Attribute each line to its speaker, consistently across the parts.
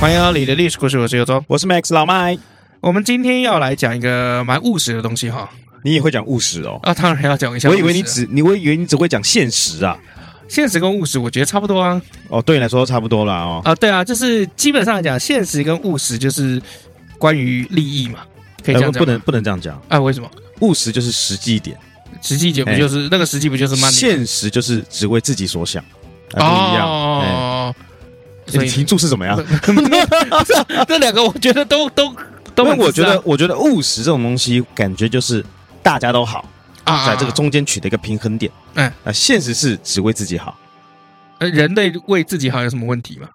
Speaker 1: 欢迎来到啊你的历史故事，我是尤忠。
Speaker 2: 我是 Max 老麦，
Speaker 1: 我们今天要来讲一个蛮务实的东西哈。
Speaker 2: 你也会讲务实哦。
Speaker 1: 啊，当然要讲一下务
Speaker 2: 我
Speaker 1: 实啊。
Speaker 2: 以为你只，你我以为你只会讲现实啊。
Speaker 1: 现实跟务实，我觉得差不多啊。
Speaker 2: 哦，对你来说差不多了哦。
Speaker 1: 啊，对啊，就是基本上来讲，现实跟务实就是关于利益嘛，可以这样讲
Speaker 2: 呃
Speaker 1: 吗。
Speaker 2: 不能不能这样讲，
Speaker 1: 啊？为什么？
Speaker 2: 务实就是实际一点，
Speaker 1: 实际解不
Speaker 2: 哎
Speaker 1: 就是那个实际不就是慢
Speaker 2: 现实就是只为自己所想，还不一样。哎
Speaker 1: 哦，
Speaker 2: 哎
Speaker 1: 所
Speaker 2: 你
Speaker 1: 以
Speaker 2: 停住是怎么样？
Speaker 1: 这两个我觉得都都都
Speaker 2: 因为
Speaker 1: 很
Speaker 2: 我
Speaker 1: 自啊
Speaker 2: 觉
Speaker 1: 然，
Speaker 2: 得，我觉得务实这种东西，感觉就是大家都好，
Speaker 1: 啊，
Speaker 2: 在这个中间取得一个平衡点。
Speaker 1: 哎
Speaker 2: 啊，现实是只为自己好。
Speaker 1: 呃人类为自己好有什么问题吗？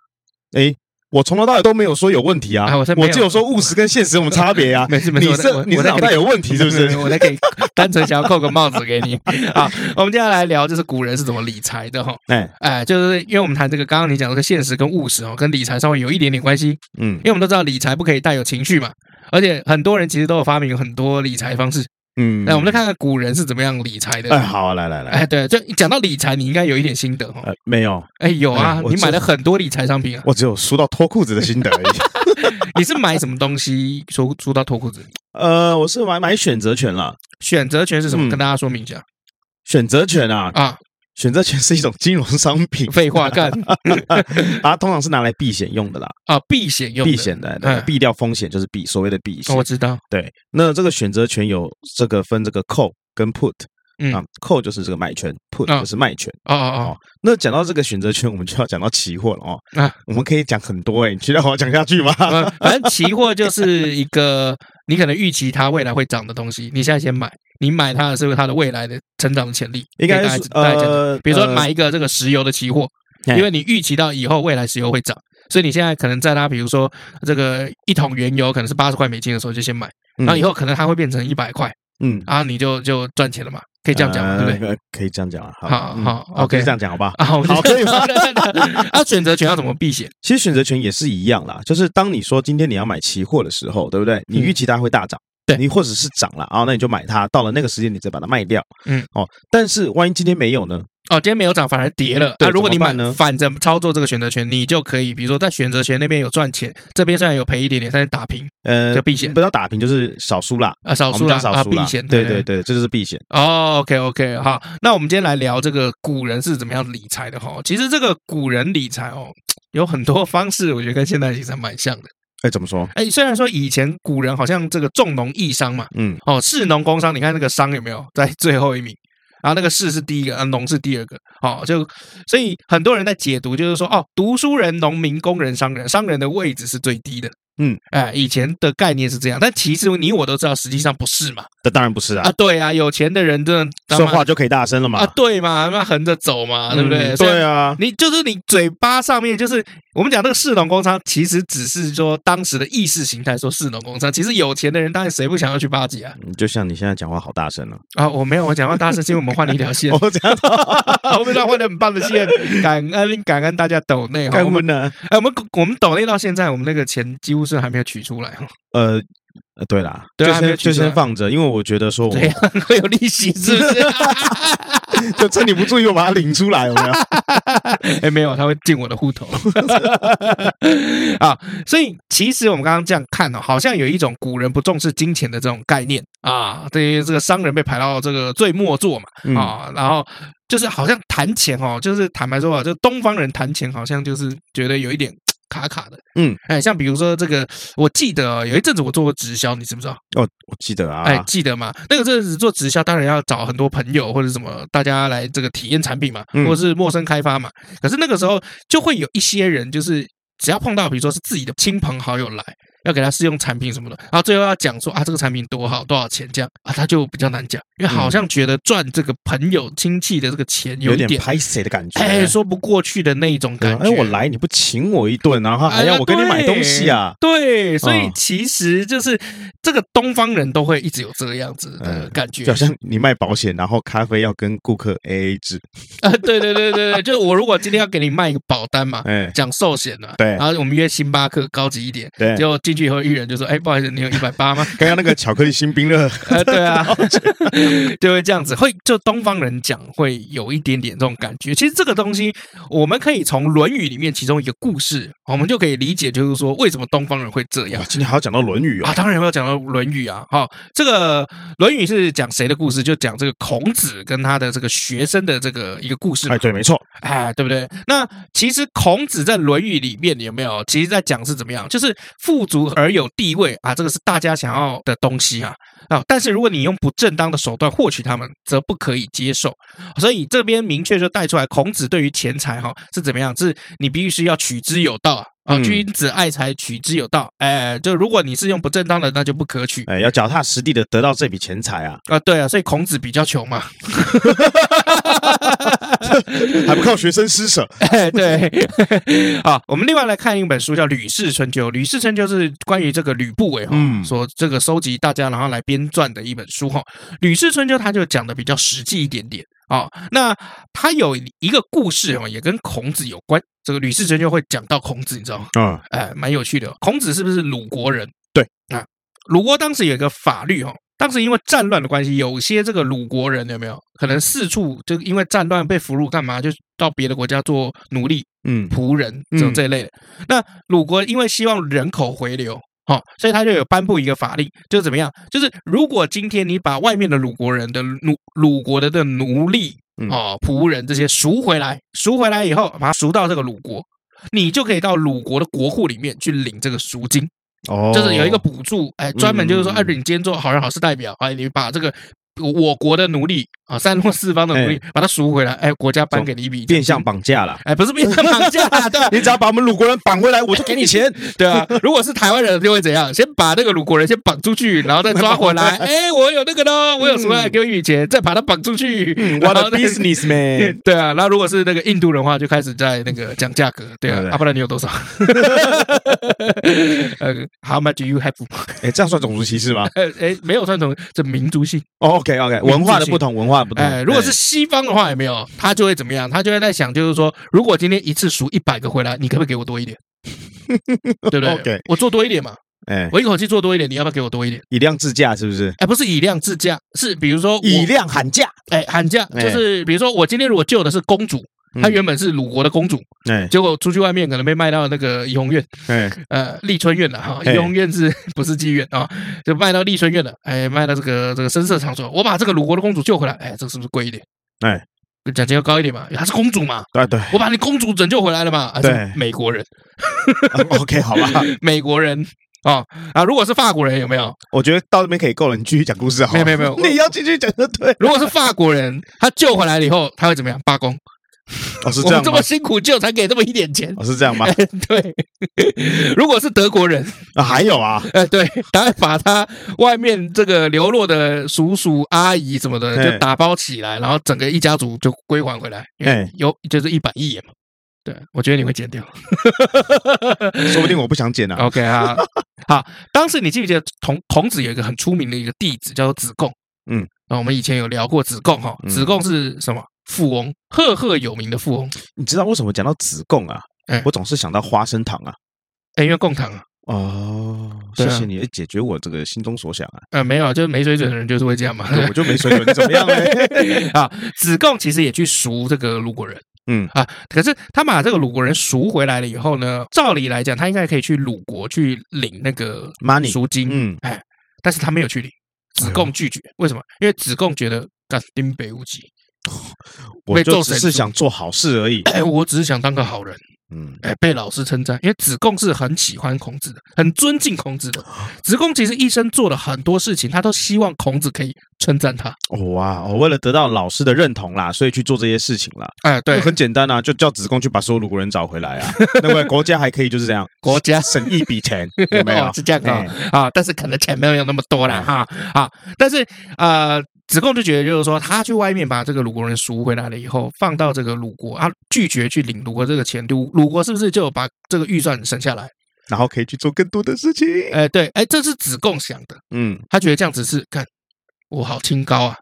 Speaker 2: 哎，我从头到尾都没有说有问题
Speaker 1: 哎
Speaker 2: 啊，
Speaker 1: 我才没有。
Speaker 2: 只有说务实跟现实有什么差别啊
Speaker 1: 没事没事，
Speaker 2: 你
Speaker 1: 我在
Speaker 2: 这
Speaker 1: 我
Speaker 2: 你
Speaker 1: 我
Speaker 2: 这
Speaker 1: 在
Speaker 2: 脑
Speaker 1: 给
Speaker 2: 袋
Speaker 1: 你
Speaker 2: 有问 题是 不是？
Speaker 1: 我在给单纯想要扣个帽子给你啊。我们接下来聊就是古人是怎么理财的哈。
Speaker 2: 哎，
Speaker 1: 哎，就是因为我们谈这个，刚刚你讲这个现实跟务实哦，跟理财稍微有一点点关系。
Speaker 2: 嗯
Speaker 1: 因为我们都知道理财不可以带有情绪嘛，而且很多人其实都有发明很多理财方式。
Speaker 2: 嗯，
Speaker 1: 那我们再看看古人是怎么样理财
Speaker 2: 哎，
Speaker 1: 的。
Speaker 2: 好啊，来来来，
Speaker 1: 哎，对，就一讲到理财，你应该有一点心得哦。
Speaker 2: 呃，没有，
Speaker 1: 哎，有啊
Speaker 2: 哎，我
Speaker 1: 你买
Speaker 2: 知
Speaker 1: 了很多理财商品啊。
Speaker 2: 我只有输到脱裤子的心得 而已。
Speaker 1: 你是买什么东西说说到脱裤子？
Speaker 2: 呃，我是买买选择权了，
Speaker 1: 选择权是什么？
Speaker 2: 嗯
Speaker 1: 跟大家说明一下
Speaker 2: 选择权啊，
Speaker 1: 啊。
Speaker 2: 选择权是一种金融商品，
Speaker 1: 废话， 干
Speaker 2: 啊，通常是拿来避险用的啦，
Speaker 1: 啊，避险用的
Speaker 2: 避险的，对
Speaker 1: 嗯
Speaker 2: 避掉风险就是避所谓的避
Speaker 1: 哦
Speaker 2: 险
Speaker 1: 我。知道，
Speaker 2: 对，那这个选择权有这个分这个 call 跟 put
Speaker 1: 嗯，
Speaker 2: 啊
Speaker 1: 哦
Speaker 2: ，call 就是这个买权，put
Speaker 1: 嗯
Speaker 2: 就是卖权。
Speaker 1: 哦
Speaker 2: 哦，那讲到这个选择权，我们就要讲到期货了哦。
Speaker 1: 啊
Speaker 2: 我们可以讲很多哎，你觉得我讲下去吗？
Speaker 1: 哦， 呃反正期货就是一个你可能预期它未来会涨的东西，你现在先买，你买它的是它的未来的成长的潜力，
Speaker 2: 应
Speaker 1: 可以大
Speaker 2: 该
Speaker 1: 概
Speaker 2: 是
Speaker 1: 知大概讲
Speaker 2: 呃，
Speaker 1: 比如说
Speaker 2: 呃
Speaker 1: 买一个这个石油的期货，
Speaker 2: 哎
Speaker 1: 因为你预期到以后未来石油会涨，所以你现在可能在它比如说这个一桶原油可能是八十块美金的时候就先买，
Speaker 2: 嗯
Speaker 1: 然后以后可能它会变成一百块，
Speaker 2: 嗯，
Speaker 1: 啊，你就就赚钱了嘛，可以这样讲嘛，对不对？
Speaker 2: 对？呃可以这样讲啊。
Speaker 1: 好
Speaker 2: 嗯
Speaker 1: 好
Speaker 2: 可
Speaker 1: OK
Speaker 2: 以这样讲好不好？
Speaker 1: 啊，我
Speaker 2: 好可 以吗
Speaker 1: 对对对啊，选择权要怎么避险？
Speaker 2: 其实选择权也是一样啦，就是当你说今天你要买期货的时候，对不对？你预期它会大涨，
Speaker 1: 嗯对
Speaker 2: 你或者是涨了啊，那你就买它，到了那个时间你再把它卖掉，
Speaker 1: 嗯，
Speaker 2: 哦。但是万一今天没有呢？
Speaker 1: 哦，今天没有涨，反而跌了。
Speaker 2: 嗯对
Speaker 1: 啊，如果你
Speaker 2: 怎么
Speaker 1: 买
Speaker 2: 办呢
Speaker 1: 反着操作这个选择权，你就可以，比如说在选择权那边有赚钱，这边虽然有赔一点点，但是打平
Speaker 2: 呃
Speaker 1: 就，避险
Speaker 2: 不要打平，就是少输啦，哦
Speaker 1: 啊，少
Speaker 2: 我
Speaker 1: 数
Speaker 2: 们
Speaker 1: 啦
Speaker 2: 讲少
Speaker 1: 啊，
Speaker 2: 输
Speaker 1: 避
Speaker 2: 啦，
Speaker 1: 险。
Speaker 2: 对对。对，这就是避险。
Speaker 1: 哦，OK OK，好，那我们今天来聊这个古人是怎么样理财的哈。其实这个古人理财哦，有很多方式，我觉得跟现代理财蛮像的。
Speaker 2: 哎，怎么说？
Speaker 1: 哎，虽然说以前古人好像这个重农抑商嘛，
Speaker 2: 嗯，
Speaker 1: 哦，士农工商，你看那个商有没有在最后一名？然后那个士是第一个，啊，农是第二个，哦，就所以很多人在解读，就是说，哦，读书人、农民、工人、商人，商人的位置是最低的，
Speaker 2: 嗯，
Speaker 1: 哎，以前的概念是这样，但其实你我都知道，实际上不是嘛，
Speaker 2: 这当然不是
Speaker 1: 啊
Speaker 2: 啊，，
Speaker 1: 对啊，有钱的人真的他
Speaker 2: 说
Speaker 1: 妈
Speaker 2: 话就可以大声了嘛
Speaker 1: 啊，，对嘛，那横着走嘛，对不对？
Speaker 2: 嗯
Speaker 1: 虽然
Speaker 2: 对啊，
Speaker 1: 你就是你嘴巴上面就是我们讲那个士农工商，其实只是说当时的意识形态说士农工商，其实有钱的人当然谁不想要去巴结啊？
Speaker 2: 嗯就像你现在讲话好大声了，
Speaker 1: 啊，我没有，我讲话大声是因为我们换了一条线，
Speaker 2: 我这样
Speaker 1: 哦我们换了很棒的线， 感恩感恩大家抖内哈。
Speaker 2: 该
Speaker 1: 我们
Speaker 2: 问呢？
Speaker 1: 哎，我们我们抖内到现在，我们那个钱几乎是还没有取出来哈，
Speaker 2: 呃。呃，对啦，
Speaker 1: 对
Speaker 2: 就
Speaker 1: 啊还没有
Speaker 2: 先
Speaker 1: 取
Speaker 2: 就
Speaker 1: 出来
Speaker 2: 先放着，因为我觉得说我
Speaker 1: 怎
Speaker 2: 们
Speaker 1: 样会有利息是不 是？
Speaker 2: 就趁你不注意，我把它领出来，有 没有？
Speaker 1: 哎，没有，他会进我的户头 啊。所以其实我们刚刚这样看哦，好像有一种古人不重视金钱的这种概念啊，对于这个商人被排到这个最末座
Speaker 2: 嗯
Speaker 1: 嘛啊，然后就是好像谈钱哦，就是坦白说啊，就东方人谈钱好像就是觉得有一点卡卡的，
Speaker 2: 嗯，
Speaker 1: 哎，像比如说这个，我记得哦有一阵子我做过直销，你知不知道？
Speaker 2: 哦，我记得啊，
Speaker 1: 哎，记得吗？那个阵子做直销，当然要找很多朋友或者什么，大家来这个体验产品嘛，
Speaker 2: 嗯
Speaker 1: 或者是陌生开发嘛。可是那个时候就会有一些人，就是只要碰到比如说是自己的亲朋好友来，要给他试用产品什么的，然后最后要讲说啊这个产品多好多少钱这样啊，他就比较难讲，因为好像觉得赚这个朋友亲戚的这个钱
Speaker 2: 嗯有
Speaker 1: 一
Speaker 2: 点
Speaker 1: 点
Speaker 2: 拍谁的感觉。啊
Speaker 1: 哎说不过去的那一种
Speaker 2: 对
Speaker 1: 感
Speaker 2: 啊
Speaker 1: 觉。哎
Speaker 2: 哎，我来你不请我一顿，然后还哎要我跟你买东西啊？
Speaker 1: 对，所以
Speaker 2: 嗯
Speaker 1: 其实就是这个东方人都会一直有这样子的
Speaker 2: 嗯
Speaker 1: 感觉，
Speaker 2: 就好像你卖保险，然后咖啡要跟顾客 A A 制。
Speaker 1: 啊，对对对对对，就是我如果今天要给你卖一个保单嘛，
Speaker 2: 哎，
Speaker 1: 讲寿险的，
Speaker 2: 对
Speaker 1: 然后我们约星巴克高级一点，
Speaker 2: 对
Speaker 1: 结，果进去以后，艺人就说：“哎，不好意思，你有一百八 吗
Speaker 2: 刚刚那个巧克力新冰 乐，？”
Speaker 1: 呃，对啊， 就会这样子，会就东方人讲会有一点点这种感觉。其实这个东西，我们可以从《论语》里面其中一个故事，我们就可以理解，就是说为什么东方人会这样
Speaker 2: 哇，。今天还要讲到《论语》
Speaker 1: 啊，
Speaker 2: 哦。
Speaker 1: 当然要讲到《论语》啊，哈、这个《论语》是讲谁的故事？就讲这个孔子跟他的这个学生的这个一个故事嘛
Speaker 2: 哎，对，没错，
Speaker 1: 哎，对不对？那其实孔子在《论语》里面有没有？其实在讲是怎么样，就是富足而有地位啊，这个是大家想要的东西啊啊！但是如果你用不正当的手段获取他们，则不可以接受。所以这边明确就带出来，孔子对于钱财哈、是怎么样？是你必须要取之有道啊。啊，
Speaker 2: 嗯
Speaker 1: 君子爱财，取之有道。哎，就如果你是用不正当的，那就不可取。
Speaker 2: 哎，要脚踏实地的得到这笔钱财啊，
Speaker 1: 啊，对啊，所以孔子比较穷嘛，
Speaker 2: 还不靠学生施舍。
Speaker 1: 哎，对，好，我们另外来看一本书，叫《吕氏春秋》。《吕氏春秋》是关于这个吕不韦哈、
Speaker 2: 嗯
Speaker 1: 所这个收集大家然后来编撰的一本书哈、吕氏春秋》它就讲的比较实际一点点哦。那它有一个故事哦，也跟孔子有关。这个《吕氏春秋》会讲到孔子，你知道吗？
Speaker 2: 嗯，
Speaker 1: 哎，蛮有趣的哦。孔子是不是鲁国人？
Speaker 2: 对
Speaker 1: 啊，鲁国当时有一个法律哦，当时因为战乱的关系，有些这个鲁国人有没有可能四处就因为战乱被俘虏，干嘛就到别的国家做奴隶、
Speaker 2: 嗯，
Speaker 1: 仆人这种
Speaker 2: 嗯
Speaker 1: 这一类的。那鲁国因为希望人口回流。哦，所以他就有颁布一个法令，就是怎么样？就是如果今天你把外面的鲁国人的奴鲁国的这个奴隶
Speaker 2: 嗯
Speaker 1: 哦仆人这些赎回来，赎回来以后，把它赎到这个鲁国，你就可以到鲁国的国库里面去领这个赎金，
Speaker 2: 哦，
Speaker 1: 就是有一个补助，哎，专门就是说，
Speaker 2: 嗯
Speaker 1: 哎，你今天做好人好事代表，哎，你把这个我国的奴隶啊，三落四方的奴隶，把它赎回来，哎，国家颁给你一笔
Speaker 2: 变相
Speaker 1: 绑，
Speaker 2: 绑架了。
Speaker 1: 哎，不是变相绑架，对吧
Speaker 2: 你只要把我们鲁国人绑回来，我就给你 钱。
Speaker 1: 对啊，如果是台湾人就会怎样？先把那个鲁国人先绑出去，然后再抓回 来，哎，我有那个喽，我有赎回来，给我一笔钱，再把他绑出去， 然
Speaker 2: 我
Speaker 1: 后
Speaker 2: 的
Speaker 1: 再
Speaker 2: business man，
Speaker 1: 对啊，那如果是那个印度人的话，就开始在那个讲价格，对啊
Speaker 2: 对，对
Speaker 1: 啊，不然你有多少？ 呃，How much do you have？
Speaker 2: 哎，这样算种族歧视吗
Speaker 1: 呃，哎，没有算成这民族性。
Speaker 2: ？OK OK，文哦化的不同，文化的不同。
Speaker 1: 哎，如果是西方的话，有没有？他就会怎么样？他就会在想，就是说，如果今天一次赎一百个回来，你可不可以给我多一 点？对不对
Speaker 2: OK
Speaker 1: 我做多一点嘛，
Speaker 2: 哎，哎
Speaker 1: 我一口气做多一点，你要不要给我多一点？
Speaker 2: 以量制价是不是？
Speaker 1: 哎，不是以量制价，是比如说我
Speaker 2: 以量喊价。
Speaker 1: 哎喊价，
Speaker 2: 哎
Speaker 1: 就是比如说我今天如果救的是公主，她
Speaker 2: 嗯
Speaker 1: 原本是鲁国的公主，
Speaker 2: 哎
Speaker 1: 结果出去外面可能被卖到那个怡红院，
Speaker 2: 哎，
Speaker 1: 呃，丽春院了哈，
Speaker 2: 嘿
Speaker 1: 怡红院是 不是妓院啊？就卖到丽春院了，哎，卖到这个这个深色场所。我把这个鲁国的公主救回来，哎，这个是不是贵一点？
Speaker 2: 哎，
Speaker 1: 奖金要高一点嘛，她是公主嘛，
Speaker 2: 对啊对
Speaker 1: 我把你公主拯救回来了嘛。啊
Speaker 2: 对
Speaker 1: 这美国人，
Speaker 2: ，OK，好吧。
Speaker 1: 美国人。哦啊！如果是法国人有没有？
Speaker 2: 我觉得到这边可以够了，你继续讲故事好了。
Speaker 1: 没有没有没有我
Speaker 2: 你要继续讲就对。
Speaker 1: 如果是法国人，他救回来了以后，他会怎么样？罢工。
Speaker 2: 哦，是
Speaker 1: 我
Speaker 2: 这
Speaker 1: 们
Speaker 2: 样
Speaker 1: 这
Speaker 2: 吗
Speaker 1: 么？辛苦救，才给这么一点钱。
Speaker 2: 哦，是这样吗？
Speaker 1: 对， 如果是德国人，
Speaker 2: 啊，还有啊，
Speaker 1: 呃，对，他会把他外面这个流落的叔叔、阿姨什么的，
Speaker 2: 哎
Speaker 1: 就打包起来，然后整个一家族就归还回来，因为
Speaker 2: 哎
Speaker 1: 有就是一板一眼嘛。对，我觉得你会剪掉。
Speaker 2: 说不定我不想剪啊。
Speaker 1: OK 啊，好，当时你记不记得孔孔子有一个很出名的一个弟子叫做子贡？
Speaker 2: 嗯，
Speaker 1: 那我们以前有聊过子贡哈，
Speaker 2: 嗯
Speaker 1: 子贡是什么富翁，赫赫有名的富翁，
Speaker 2: 你知道为什么讲到子贡啊
Speaker 1: 哎？
Speaker 2: 我总是想到花生糖啊。
Speaker 1: 哎，因为共堂啊，
Speaker 2: 哦，
Speaker 1: 对
Speaker 2: 谢
Speaker 1: 啊
Speaker 2: 谢你解决我这个心中所想 啊。
Speaker 1: 呃，没有啊，就是没水准的人就是会这样嘛。
Speaker 2: 对我就没水准，你怎么样呢？
Speaker 1: 啊，子贡其实也去赎这个鲁国人，
Speaker 2: 嗯
Speaker 1: 啊，可是他把这个鲁国人赎回来了以后呢，照理来讲，他应该可以去鲁国去领那个
Speaker 2: Money
Speaker 1: 赎 金，哎
Speaker 2: 嗯，
Speaker 1: 但是他没有去领，子贡拒绝，为什么？因为子贡觉得干丁北无极，
Speaker 2: 我
Speaker 1: 被
Speaker 2: 就
Speaker 1: 揍
Speaker 2: 只
Speaker 1: 神
Speaker 2: 是
Speaker 1: 猪
Speaker 2: 想做好事而已。
Speaker 1: 哎，我只是想当个好人，
Speaker 2: 嗯，
Speaker 1: 哎，被老师称赞，因为子贡是很喜欢孔子的，很尊敬孔子的。子贡其实一生做了很多事情，他都希望孔子可以称赞他。
Speaker 2: 哦哇，我、为了得到老师的认同啦，所以去做这些事情啦。
Speaker 1: 哎，对
Speaker 2: 就，很简单啊，就叫子贡去把所有鲁国人找回来 啊。那么国家还可以就是这样，
Speaker 1: 国家
Speaker 2: 省一笔钱，有没有哎
Speaker 1: 哦？是这样啊、啊，但是可能钱没有那么多了哈啊，但是呃，子贡就觉得就是说，他去外面把这个鲁国人赎回来了以后，放到这个鲁国，他拒绝去领鲁国这个钱，鲁鲁国是不是就有把这个预算省下来？
Speaker 2: 然后可以去做更多的事情。
Speaker 1: 哎，对，哎，这是子贡想的，
Speaker 2: 嗯，
Speaker 1: 他觉得这样子是看我好清高啊。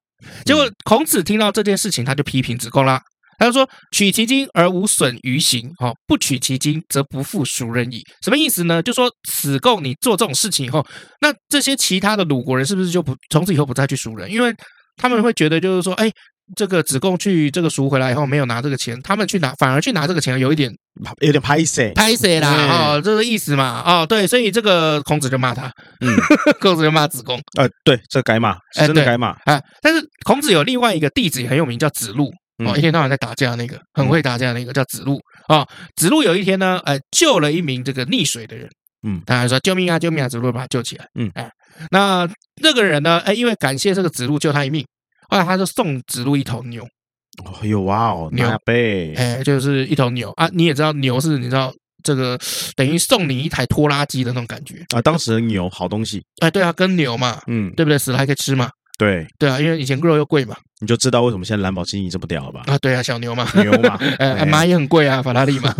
Speaker 1: 结果孔子听到这件事情，他就批评子贡啦。他就说：“取其精而无损于行，哦，不取其精则不复孰人矣。”什么意思呢？就说子贡你做这种事情以后，那这些其他的鲁国人是不是就不从此以后不再去赎人？因为他们会觉得就是说，哎，这个子贡去这个赎回来以后没有拿这个钱，他们去拿反而去拿这个钱，有一点
Speaker 2: 有点拍谁？
Speaker 1: 拍谁啦？
Speaker 2: 嗯
Speaker 1: 哦，这个意思嘛？哦，对，所以这个孔子就骂他，
Speaker 2: 嗯，
Speaker 1: 孔子就骂子贡。
Speaker 2: 呃，对，这改码，
Speaker 1: 哎
Speaker 2: 真的
Speaker 1: 对
Speaker 2: 改码。
Speaker 1: 啊，但是孔子有另外一个弟子也很有名，叫子路。哦，
Speaker 2: 嗯
Speaker 1: 一天到晚在打架那个，很会打架那个叫子路啊、哦。子路有一天呢，呃，救了一名这个溺水的人，
Speaker 2: 嗯
Speaker 1: 他还说救命啊，救命啊，子路把他救起来，
Speaker 2: 嗯
Speaker 1: 哎，那那个人呢，哎，因为感谢这个子路救他一命，后来他就送子路一头牛，
Speaker 2: 哦有哇哦，
Speaker 1: 牛
Speaker 2: 那贝，
Speaker 1: 哎，就是一头牛啊，你也知道牛是，你知道这个等于送你一台拖拉机的那种感觉，
Speaker 2: 啊，当时的牛好东西，
Speaker 1: 哎，对啊，跟牛嘛，
Speaker 2: 嗯，
Speaker 1: 对不对？死了还可以吃嘛，
Speaker 2: 对，
Speaker 1: 对啊，因为以前肉又贵嘛，
Speaker 2: 你就知道为什么现在兰博基尼这么屌了吧？
Speaker 1: 啊，对啊，小牛嘛，
Speaker 2: 牛嘛，
Speaker 1: 呃，
Speaker 2: 哎
Speaker 1: 马也很贵啊，法拉利 嘛，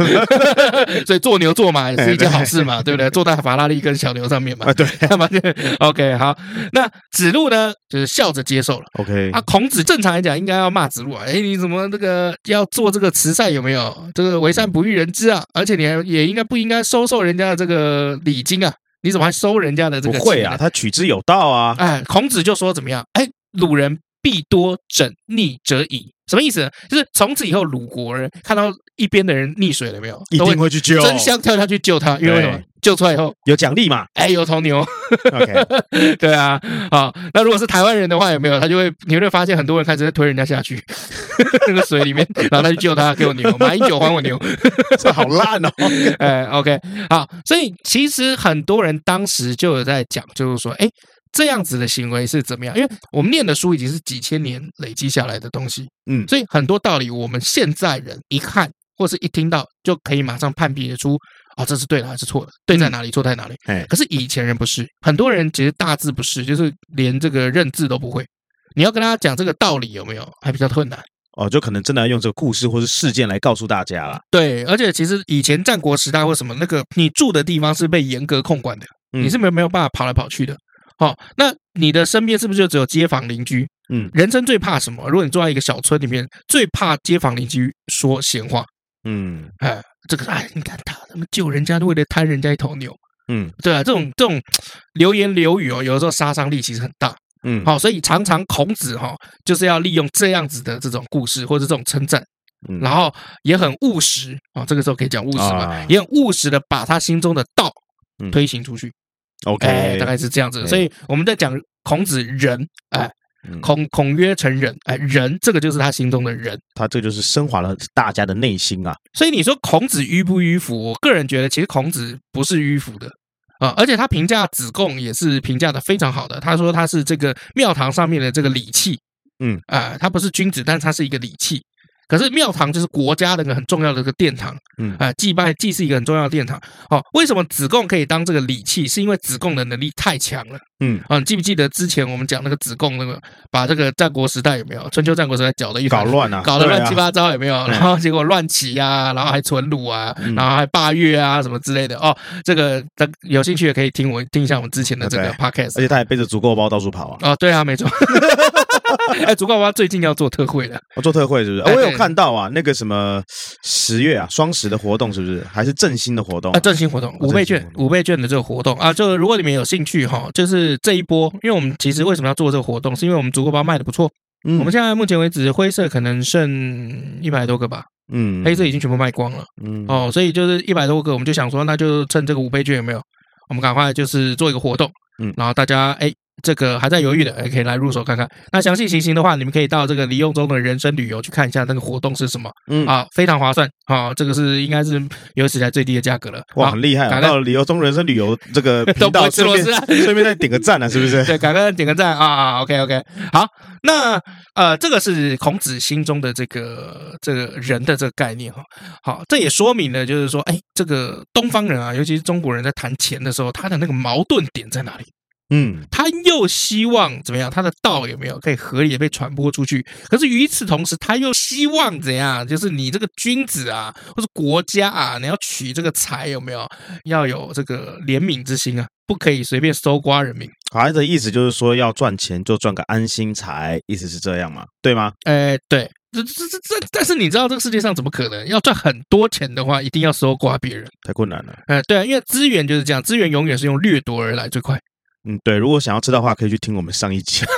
Speaker 1: 所以做牛做马也是一件好事嘛，对不对？坐在法拉利跟小牛上面嘛
Speaker 2: 啊，，对
Speaker 1: 干嘛去？OK，好，那子路呢，就是笑着接受了。
Speaker 2: ，OK，
Speaker 1: 啊，孔子正常来讲应该要骂子路啊，哎，你怎么这个要做这个慈善有没有？这个为善不欲人知啊，而且你还也应该不应该收受人家的这个礼金啊？你怎么还收人家的这
Speaker 2: 不
Speaker 1: 个？
Speaker 2: 会啊，！他取之有道啊，
Speaker 1: 哎，孔子就说怎么样？哎，鲁人必多整逆者矣。什么意思呢？就是从此以后，鲁国人看到一边的人溺水了没有，
Speaker 2: 一
Speaker 1: 都
Speaker 2: 定会去救，
Speaker 1: 争相跳下去救他，因为为什么
Speaker 2: 对？
Speaker 1: 救出来以后，
Speaker 2: 有奖 励嘛
Speaker 1: 哎，有头牛，
Speaker 2: ，OK，
Speaker 1: 对啊，啊，那如果是台湾人的话，有没有？他就会，你会发现很多人开始在推人家下去 那个水里面，然后他去救他，给我牛，马英九还我牛，
Speaker 2: 这好 烂哦，
Speaker 1: 哎，OK，好，所以其实很多人当时就有在讲，就是说，哎，这样子的行为是怎么样？因为我们念的书已经是几千年累积下来的东西，
Speaker 2: 嗯
Speaker 1: 所以很多道理我们现在人一看或是一听到，就可以马上判别出，哦，这是对的还是错的，对在哪里，错在哪里。
Speaker 2: 哎，
Speaker 1: 可是以前人不是，很多人其实大字不是，就是连这个认字都不会。你要跟他讲这个道理有没有，还比较困难。
Speaker 2: 哦，就可能真的要用这个故事或是事件来告诉大家啦。
Speaker 1: 对，而且其实以前战国时代或什么，那个你住的地方是被严格控管的，
Speaker 2: 嗯
Speaker 1: 你是没有没有办法跑来跑去的。好、那你的身边是不是就只有街坊邻居？
Speaker 2: 嗯
Speaker 1: 人生最怕什么？如果你住在一个小村里面，最怕街坊邻居说闲话。
Speaker 2: 嗯
Speaker 1: 哎，这个哎，你看他他们救人家，为了贪人家一头牛，
Speaker 2: 嗯
Speaker 1: 对啊，这种这种流言流语哦，有的时候杀伤力其实很大。
Speaker 2: 嗯，
Speaker 1: 好、所以常常孔子哈、就是要利用这样子的这种故事或者这种称赞，
Speaker 2: 嗯
Speaker 1: 然后也很务实啊、这个时候可以讲务实嘛，
Speaker 2: 啊
Speaker 1: 也很务实的把他心中的道
Speaker 2: 嗯
Speaker 1: 推行出去，哎、
Speaker 2: ，OK，
Speaker 1: 大概是这样子。
Speaker 2: 对
Speaker 1: 所以我们在讲孔子仁，哎，
Speaker 2: 嗯
Speaker 1: 孔孔曰成仁，哎，仁这个就是他心中的仁。
Speaker 2: 他这就是升华了大家的内心啊。
Speaker 1: 所以你说孔子迂不迂腐？我个人觉得，其实孔子不是迂腐的啊、而且他评价子贡也是评价的非常好的。他说他是这个庙堂上面的这个礼器，
Speaker 2: 嗯
Speaker 1: 啊、他不是君子，但是他是一个礼器。可是庙堂就是国家的一个很重要的一个殿堂，
Speaker 2: 嗯
Speaker 1: 啊、祭拜祭是一个很重要的殿堂。哦，为什么子贡可以当这个礼器？是因为子贡的能力太强了。
Speaker 2: 嗯，
Speaker 1: 啊、你记不记得之前我们讲那个子贡那个，把这个战国时代有没有春秋战国时代搅的一团
Speaker 2: 搞乱啊，
Speaker 1: 搞得
Speaker 2: 对啊
Speaker 1: 乱七，八糟，有没有？
Speaker 2: 对
Speaker 1: 然后结果乱起呀、然后还存鲁啊，
Speaker 2: 嗯
Speaker 1: 然后还霸月啊，什么之类的哦。这个大有兴趣也可以听我听一下我们之前的这个
Speaker 2: 啊对哎
Speaker 1: podcast
Speaker 2: 而。且他还背着足够包到处跑啊。
Speaker 1: 哦，对啊，没 错。哎，竹竿娃最近要做特惠了，
Speaker 2: 我做特惠是不是？
Speaker 1: 哎
Speaker 2: 哦我有
Speaker 1: 对
Speaker 2: 看到啊，那个什么十月啊，双十的活动是不是？还是振兴的活动
Speaker 1: 啊，？振兴活动
Speaker 2: 哦
Speaker 1: 五倍
Speaker 2: 振兴
Speaker 1: 券
Speaker 2: 活，动
Speaker 1: 五倍券的这个活动啊，就如果你们有兴趣哈，就是这一波，因为我们其实为什么要做这个活动，是因为我们竹竿包卖的不错，
Speaker 2: 嗯
Speaker 1: 我们现在目前为止灰色可能剩一百多个吧，
Speaker 2: 嗯
Speaker 1: 黑色已经全部卖光了。
Speaker 2: 嗯
Speaker 1: 哦，所以就是一百多个，我们就想说，那就趁这个五倍券有没有，我们赶快就是做一个活动，
Speaker 2: 嗯
Speaker 1: 然后大家哎这个还在犹豫的，哎也可以来入手看看。那详细情形的话，你们可以到这个李用中的人生旅游去看一下那个活动是什么
Speaker 2: 嗯，
Speaker 1: 啊，非常划算啊，这个是应该是有史以来最低的价格了。
Speaker 2: 哇，
Speaker 1: 好
Speaker 2: 很厉害
Speaker 1: 感
Speaker 2: 啊！
Speaker 1: 恩
Speaker 2: 到了旅游中人生旅游这个
Speaker 1: 都
Speaker 2: 频
Speaker 1: 不
Speaker 2: 道，
Speaker 1: 会吃
Speaker 2: 顺
Speaker 1: 螺
Speaker 2: 便
Speaker 1: 丝啊
Speaker 2: 顺便再点个赞啊，是不是？
Speaker 1: 对，感恩点个赞啊啊，OK OK，好，那呃，这个是孔子心中的这个这个人的这个概念哈。好，这也说明了，就是说，哎，这个东方人啊，尤其是中国人在谈钱的时候，他的那个矛盾点在哪里？
Speaker 2: 嗯，
Speaker 1: 他又希望怎么样？他的道有没有可以合理的被传播出去？可是与此同时，他又希望怎样？就是你这个君子啊，或者国家啊，你要取这个财有没有？要有这个怜悯之心啊，不可以随便搜刮人民。
Speaker 2: 好，他的意思就是说要赚钱就赚个安心财，意思是这样嘛？对吗？
Speaker 1: 哎，对，这这这这，但是你知道这个世界上怎么可能要赚很多钱的话，一定要搜刮别人？
Speaker 2: 太困难了。
Speaker 1: 哎，对啊，因为资源就是这样，资源永远是用掠夺而来最快。
Speaker 2: 嗯，对，如果想要知道的话，可以去听我们上一集。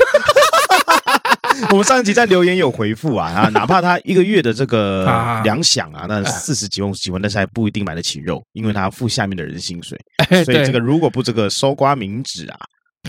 Speaker 2: 我们上一集在留言有回复啊啊，哪怕他一个月的这个
Speaker 1: 啊
Speaker 2: 粮饷啊，那四十几万、五十几万，但是还不一定买得起肉，因为他要付下面的人薪水。
Speaker 1: 哎，
Speaker 2: 所以这
Speaker 1: 对
Speaker 2: 个，如果不这个搜刮民脂啊，